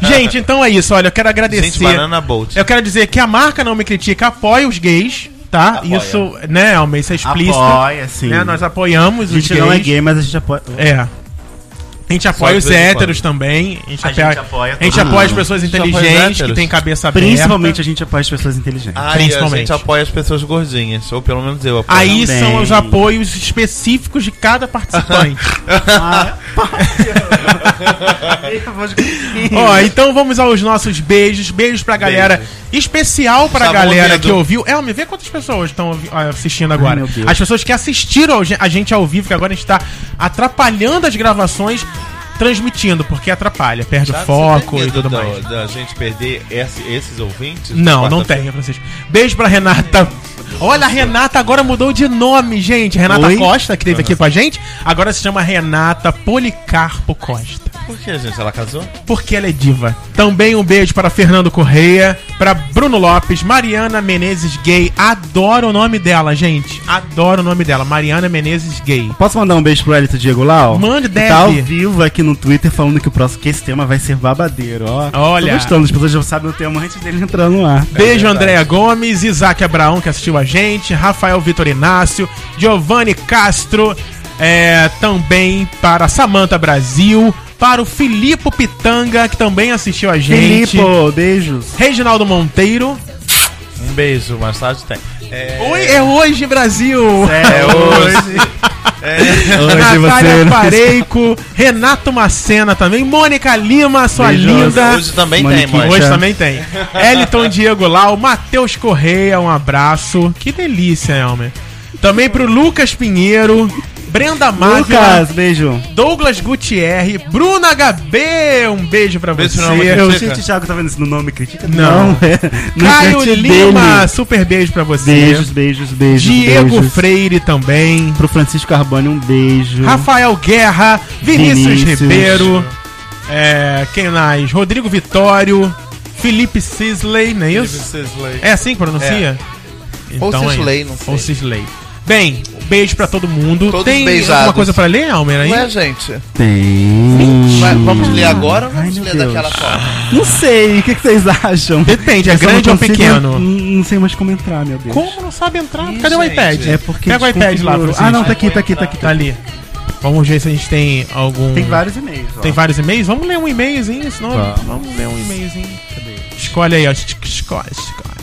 gente, então é isso. Olha, eu quero agradecer. Gente, banana bolt. Eu quero dizer que a marca não me critica, apoia os gays, tá? Apoia. Isso, né, Almeida, isso é explícito. Apoia, sim. Né? Nós apoiamos A os gente gays. não é gay, mas a gente apoia... É. A gente apoia de os vez em héteros também. A gente A apoia, gente apoia a gente todo apoia as mundo. pessoas A gente apoia os inteligentes, que héteros. têm cabeça aberta. Principalmente a gente apoia as pessoas inteligentes. Ai, Principalmente. A gente apoia as pessoas gordinhas, ou pelo menos eu apoio. Aí Também. são os apoios específicos de cada participante. Ah, pá. Ó, então vamos aos nossos beijos. Beijos pra galera. Especial pra Sabor galera dedo. que ouviu. Elmi, vê quantas pessoas estão ouvi- ah, assistindo agora. meu Deus. as pessoas que assistiram ao ge- a gente ao vivo, que agora a gente tá atrapalhando as gravações, transmitindo, porque atrapalha, perde o Sabe, foco Tá, você tem e medo tudo da- mais. Da gente perder esse- esses ouvintes? Não, não Quarta- tem, Francisco. Beijo pra Renata. Olha, a Renata agora mudou de nome, gente. Renata Oi? Costa, que teve aqui com a gente, agora se chama Renata Policarpo Costa. Por que, gente? Ela casou? Porque ela é diva. Também um beijo para Fernando Correia, para Bruno Lopes, Mariana Menezes Gay. Adoro o nome dela, gente. Adoro o nome dela, Mariana Menezes Gay. Posso mandar um beijo pro Elito Diego Lau? Mande, Que deve. Tá ao vivo aqui no Twitter falando que o próximo que esse tema vai ser babadeiro, ó. Olha. Tô gostando, as pessoas já sabem o tema antes dele entrar no ar. Beijo, Tá, é verdade. Andréa Gomes, Isaac Abraão, que assistiu a gente, Rafael Vitor Inácio, Giovanni Castro, é, também para Samanta Brasil, para o Filipe Pitanga, que também assistiu a gente, Filipe, beijos. Reginaldo Monteiro. Um beijo, mais tarde tem. É, Oi, é hoje, Brasil! É, hoje. Hoje Natália você... Pareico, Renato Macena também, Mônica Lima, sua Beijo. linda. Hoje também Manequim. tem, mãe. Hoje Poxa. é. também tem. Eliton Diego Lau, Matheus Correia, um abraço. Que delícia, Elmer. Também pro Lucas Pinheiro, Brenda Maga, Lucas, beijo. Douglas Gutierre, Bruna HB, um beijo pra Beijo você. pra você. Eu, Eu- gente, o Thiago tá vendo isso no nome, critica? Não. é. no Caio cante Lima, dele. super beijo pra você. Beijos, beijos, beijos. Diego beijos. Freire também. Pro Francisco Carbone, um beijo. Rafael Guerra, Vinícius, Vinícius. Ribeiro, é, quem mais? Rodrigo Vitório, Felipe Sisley, não é isso? É assim que pronuncia? Ou é isso. Sisley, não sei. Ou Sisley. Bem, um beijo pra todo mundo. Todos Tem beijados. alguma coisa pra ler, Almer, aí? é Ué, gente. Hum. Tem. Vai- vamos ler agora ou Ai, vamos meu ler Deus. daquela forma? Não sei, o que, que vocês acham? Depende, é Eu não grande ou consigo- pequeno? Não, não sei mais como entrar, meu Deus. Como não sabe entrar? Ih, Cadê o gente. iPad? É porque. Pega o iPad lá, desconfigurou. Francisco. Ah, não, tá aqui, tá aqui, tá aqui. Tá ali. Vamos ver se a gente tem algum... Hum. Tem vários e-mails. ó. Tem vários e-mails? Vamos ler um e-mailzinho, senão. Vamos. Vamos ler um e-mailzinho. Cadê? Escolhe aí, ó. Esco- Escolhe, escolhe.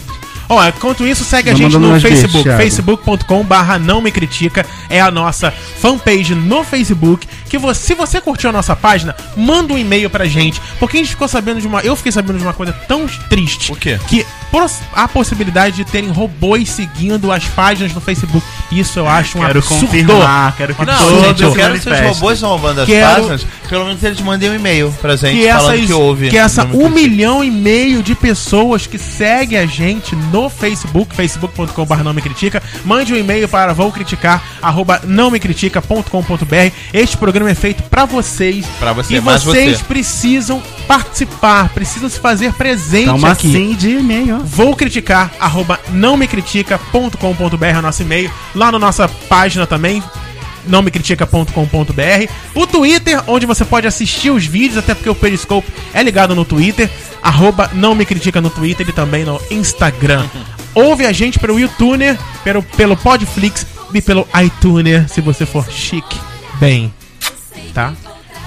Ó, enquanto isso, segue a Vai gente mandando no mais beijo, Facebook, Thiago. facebook.com barra não me critica, é a nossa fanpage no Facebook, que você, se você curtiu a nossa página, manda um e-mail pra gente, porque a gente ficou sabendo de uma, eu fiquei sabendo de uma coisa tão triste. O quê? Que pros- a possibilidade de terem robôs seguindo as páginas no Facebook, isso eu acho um Quero absurdo. confirmar, quero que Não, todos gente, eu se quero que manifestem. os robôs não roubando as Quero- páginas, pelo menos eles mandem um e-mail pra gente que falando essas, que houve. né? que essa Não é me um critica. milhão e meio de pessoas que segue a gente no Facebook, facebook.com.br não me critica, mande um e-mail para vou criticar, arroba não me critica.com.br. Este programa é feito para vocês. Pra você, e mais vocês você. precisam participar, precisam se fazer presente Tá uma aqui. assim de e-mail, ó. Vou criticar, arroba não me critica.com.br é o nosso e-mail. Lá na nossa página também, não me critica.com.br. O Twitter, onde você pode assistir os vídeos, até porque o Periscope é ligado no Twitter. Arroba não me critica no Twitter e também no Instagram. Ouve a gente pelo YouTuner, pelo, pelo Podflix e pelo iTuner, se você for chique. Bem, tá?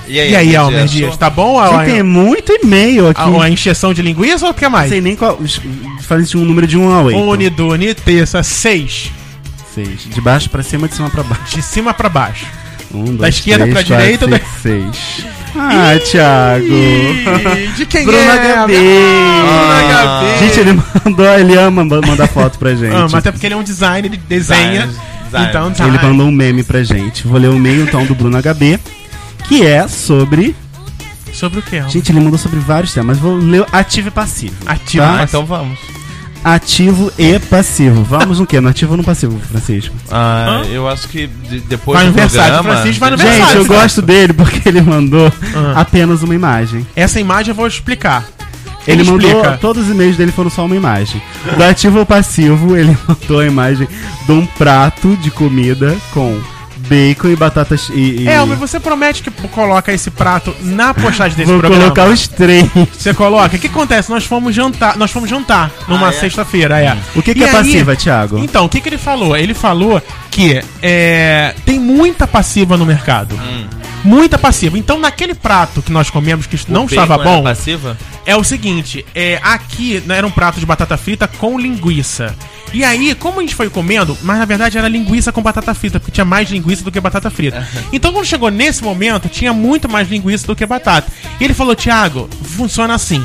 E É, E aí, Almeida Almer Dias, tá bom? A, Gente, tem muito e-mail aqui. a, a encheção de linguiça ou quer Não mais? sei nem qual. os- Fazem um número de 1 a 8. Une, dune, terça, seis. Seis. De baixo pra cima, de cima pra baixo. De cima pra baixo. Um, dois, esquerda três, pra quatro, direita, cinco, Seis. Ah, Thiago. Ih, De quem é, Bruna Gabi. Ah, Bruna Gabi. Gente, ele mandou, ele ama man- mandar foto pra gente. Ama, até porque ele é um designer, ele desenha. Design, design. Então tá. Ele mandou um meme pra gente. Vou ler o e-mail então do Bruno HB, que é sobre. Sobre o que? Gente, ele mandou sobre vários temas. Vou ler ativo e passivo. Ativo. tá? Ah, então vamos. Ativo e passivo. Vamos no quê? No ativo ou no passivo, Francisco? Ah, Hã? eu acho que de- depois Vai no do Versailles, programa... Francisco, vai no Gente, Versailles. eu gosto dele porque ele mandou Ah. apenas uma imagem. Essa imagem eu vou explicar. Ele mandou. explica. Todos os e-mails dele foram só uma imagem. Do ativo ao passivo, ele mandou a imagem de um prato de comida com bacon e batatas e. e- É, mas você promete que coloca esse prato na postagem desse Vou programa. colocar os três. Você coloca. O que acontece? Nós fomos jantar, nós fomos jantar numa Ah, é? sexta-feira, é. O que, que E é aí- passiva, Thiago? Então, o que, que ele falou? Ele falou que é, tem muita passiva no mercado. Muita passiva. Então, naquele prato que nós comemos que Hum. O não bacon estava era bom, Passiva? é o seguinte: é, aqui né, era um prato de batata frita com linguiça. E aí, como a gente foi comendo, mas na verdade era linguiça com batata frita, porque tinha mais linguiça do que batata frita. Então, quando chegou nesse momento, tinha muito mais linguiça do que batata. E ele falou: Thiago, funciona assim.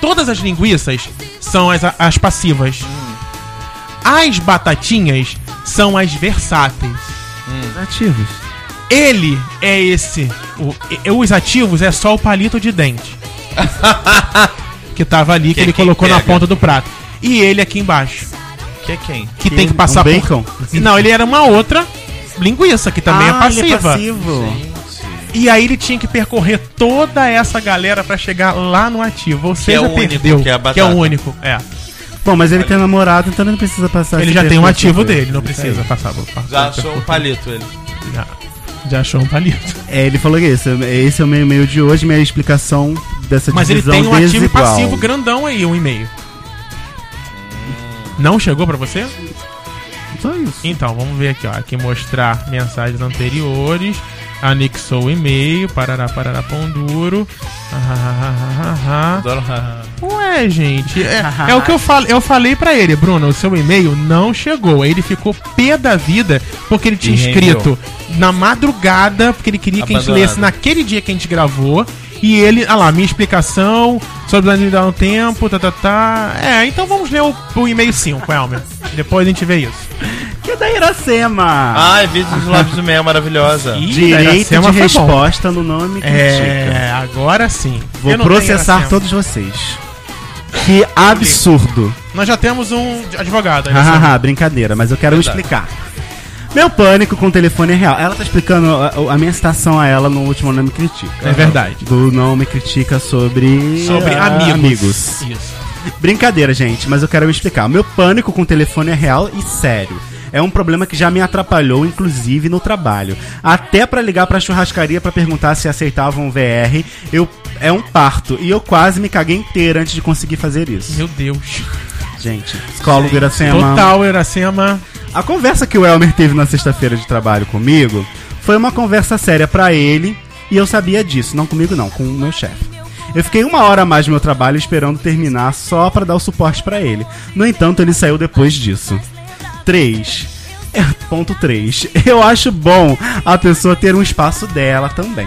Todas as linguiças são as, as passivas. As batatinhas são as versáteis. Ativos. Ele é esse. O- e- os ativos é só o palito de dente. que tava ali, que, Que é ele quem colocou na pega. ponta do prato. E ele aqui embaixo. Que é quem? Que, Que tem que um passar bacon? por. Não, ele era uma outra linguiça, que também é Ah, passiva. E aí ele tinha que percorrer toda essa galera pra chegar lá no ativo. Ou seja, é o único, perdeu. que é a que é o batata. único. É. Bom, mas ele tem namorado, então ele não precisa passar. Ele esse já tem um percurso ativo todo. dele, não Isso precisa aí. passar. passar Já por- achou um palito ele. Já, já achou um palito. É, ele falou que esse, esse é o meu e-mail de hoje, minha explicação dessa Mas ele divisão tem um ativo e desigual. passivo grandão aí, um e-mail. Não chegou pra você? Só isso. Então, vamos ver aqui, ó. Aqui mostrar mensagens anteriores. Anexou o e-mail. Parará, parará, pão duro. Ah, ah, ah, ah, Adoro. ah. Ué, gente. É, é o que eu, fal eu falei pra ele. Bruno, o seu e-mail não chegou. Aí ele ficou pé da vida porque ele tinha E rendeu. escrito na madrugada, porque ele queria que a gente Abandonado. lesse naquele dia que a gente gravou. E ele, ah lá, minha explicação sobre me dar um tempo, tá, tá, tá. É, então vamos ler o, o e-mail 5, Elmer. Depois a gente vê isso. Que é da Iracema! Ai, vídeo dos lábios do meia maravilhosa. Ah, Ih, Tá. Direito Iracema de foi bom. resposta no nome que indica. É, agora sim. Eu Vou não tenho processar Iracema. todos vocês. Que absurdo. Nós já temos um advogado. aí, Iracema. Hahaha, Ah, brincadeira, mas eu quero Verdade. explicar. Meu pânico com o telefone é real. Ela tá explicando a, a minha citação a ela no último Não Me Critica. É verdade. Do Não Me Critica sobre. Sobre ah, amigos. amigos. Isso. Brincadeira, gente, mas eu quero me explicar. O meu pânico com o telefone é real e sério. É um problema que já me atrapalhou, inclusive, no trabalho. Até pra ligar pra churrascaria pra perguntar se aceitavam VR, eu é um parto. E eu quase me caguei inteira antes de conseguir fazer isso. Meu Deus. Gente, psicólogo Iracema. Total, Iracema. A conversa que o Elmer teve na sexta-feira de trabalho comigo foi uma conversa séria pra ele e eu sabia disso, não comigo não, com o meu chefe. Eu fiquei uma hora a mais no meu trabalho esperando terminar só pra dar o suporte pra ele. No entanto, ele saiu depois disso. 3. É, Ponto 3. Eu acho bom a pessoa ter um espaço dela também.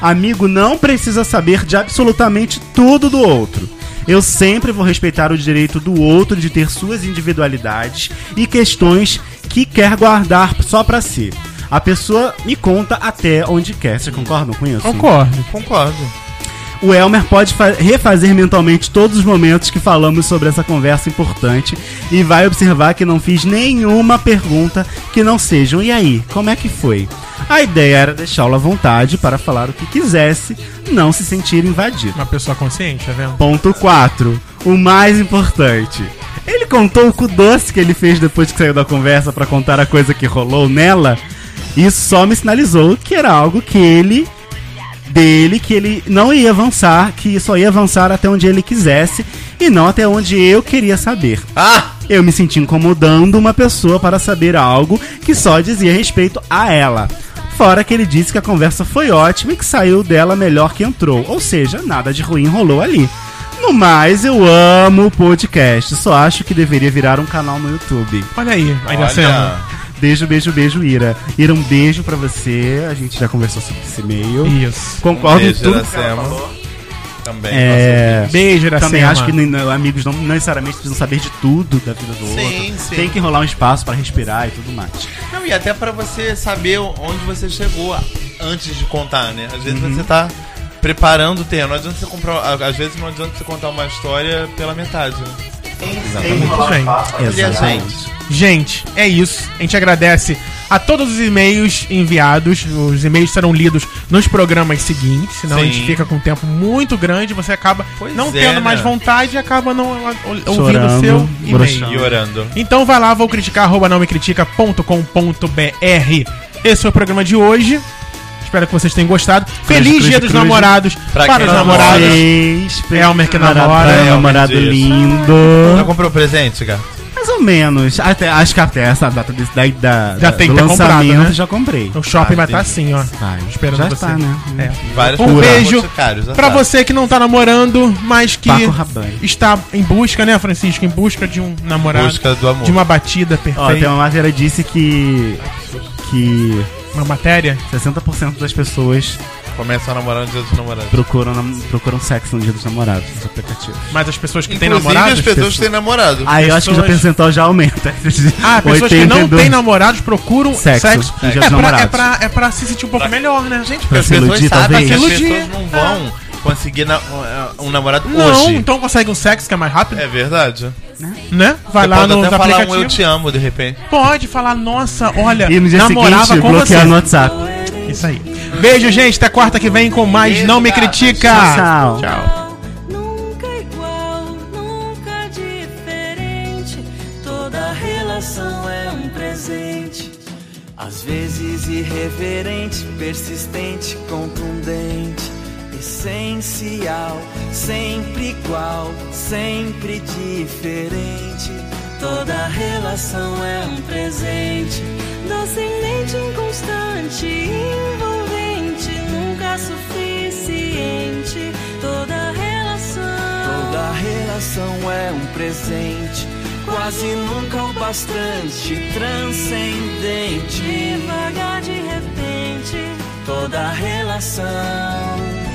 Amigo não precisa saber de absolutamente tudo do outro. Eu sempre vou respeitar o direito do outro de ter suas individualidades e questões que quer guardar só pra si. A pessoa me conta até onde quer. Vocês concordam com isso? Concordo. Concordo. O Elmer pode fa- refazer mentalmente todos os momentos que falamos sobre essa conversa importante e vai observar que não fiz nenhuma pergunta que não sejam. E aí, como é que foi? A ideia era deixá-lo à vontade para falar o que quisesse, não se sentir invadido. Uma pessoa consciente, tá vendo? Ponto 4. O mais importante. Ele contou o cu doce que ele fez depois que saiu da conversa para contar a coisa que rolou nela. Isso só me sinalizou que era algo que ele dele que ele não ia avançar, que só ia avançar até onde ele quisesse e não até onde eu queria saber. Ah! Eu me senti incomodando uma pessoa para saber algo que só dizia respeito a ela. Fora que ele disse que a conversa foi ótima e que saiu dela melhor que entrou. Ou seja, nada de ruim rolou ali. No mais, eu amo o podcast. Só acho que deveria virar um canal no YouTube. Olha aí, ainda olha, sendo. Beijo, beijo, beijo, Ira. Ira, um beijo pra você. A gente já conversou sobre esse e-mail. Isso. Concordo em um beijo, tudo que ela Iracema. falou. Também. É, Beijo, Iracema. também acho que nem- não, amigos não, não necessariamente precisam saber de tudo da vida do Sim, outro. sim. Tem que rolar um espaço pra respirar e tudo mais. nossa- Não, e até pra você saber onde você chegou antes de contar, né? Às vezes Uhum. você tá preparando o terreno. Não adianta você comprar. Às vezes não adianta você contar uma história pela metade, né? um Muito bem. Olha, Exatamente. gente. Gente, é isso. A gente agradece a todos os e-mails enviados. Os e-mails serão lidos nos programas seguintes, senão a gente Sim. fica com um tempo muito grande, você acaba Pois não é, tendo né? mais vontade e acaba não ou- ouvindo o Chorando, seu broxando. e-mail. E orando. Então vai lá, vou criticar, arroba não me critica.com.br. Esse foi o programa de hoje. Espero que vocês tenham gostado. Feliz cruz, Dia dos cruz. Namorados Pra para quem os namora. namorados. Elmer Elmer que que namora, namora. Elmer namorado disso. Já lindo. comprou presente, cara? Mais ou menos. Até, acho que até essa data desse, da, da, Já da- tem do que ter comprado, lançamento né? já comprei. O shopping Ah, vai estar assim, entendi. ó. Vai. Esperando já você. está, né? É. Várias Um beijo boticários, já Pra sabe. você que não tá namorando, Tá mas que Paco Rabanne. está em busca, né, Francisco? Em busca de um namorado. Busca do amor. De uma batida Ó, tem perfeita. uma matéria disse que que uma matéria. 60% das pessoas Começa a namorar no dia dos namorados. procuram nam- procuram sexo no dia dos namorados, nos aplicativos. Mas as pessoas que têm Inclusive namorados. as pessoas que têm namorado. Aí eu acho que o Pessoas- percentual já aumenta. Ah, pessoas que não 82. têm namorados procuram sexo. Sexo. É, Dia pra, dos é, namorados. pra, é pra se sentir um pouco melhor, né? Gente, Pra As se pessoas iludir, sabem talvez. que as Iludir, Ah. pessoas não vão conseguir na- um namorado não, hoje. então consegue um sexo que é mais rápido, É verdade. né? Vai Você lá pode nos até falar um eu aplicativos. te amo, de repente. Pode falar, nossa, olha, E no dia namorava seguinte, com você. bloquear no WhatsApp. Isso aí. Beijo, gente. Até quarta que vem com mais Beijo, Não Me gatos. Critica. Tchau. Tchau. Nunca é igual, nunca diferente. Toda relação é um presente. Às vezes irreverente, persistente, contundente, essencial, sempre igual, sempre diferente. Toda relação é um presente. Transcendente, inconstante, envolvente, nunca suficiente. Toda relação. Toda relação é um presente, quase nunca o bastante, transcendente. Devagar de repente. Toda relação.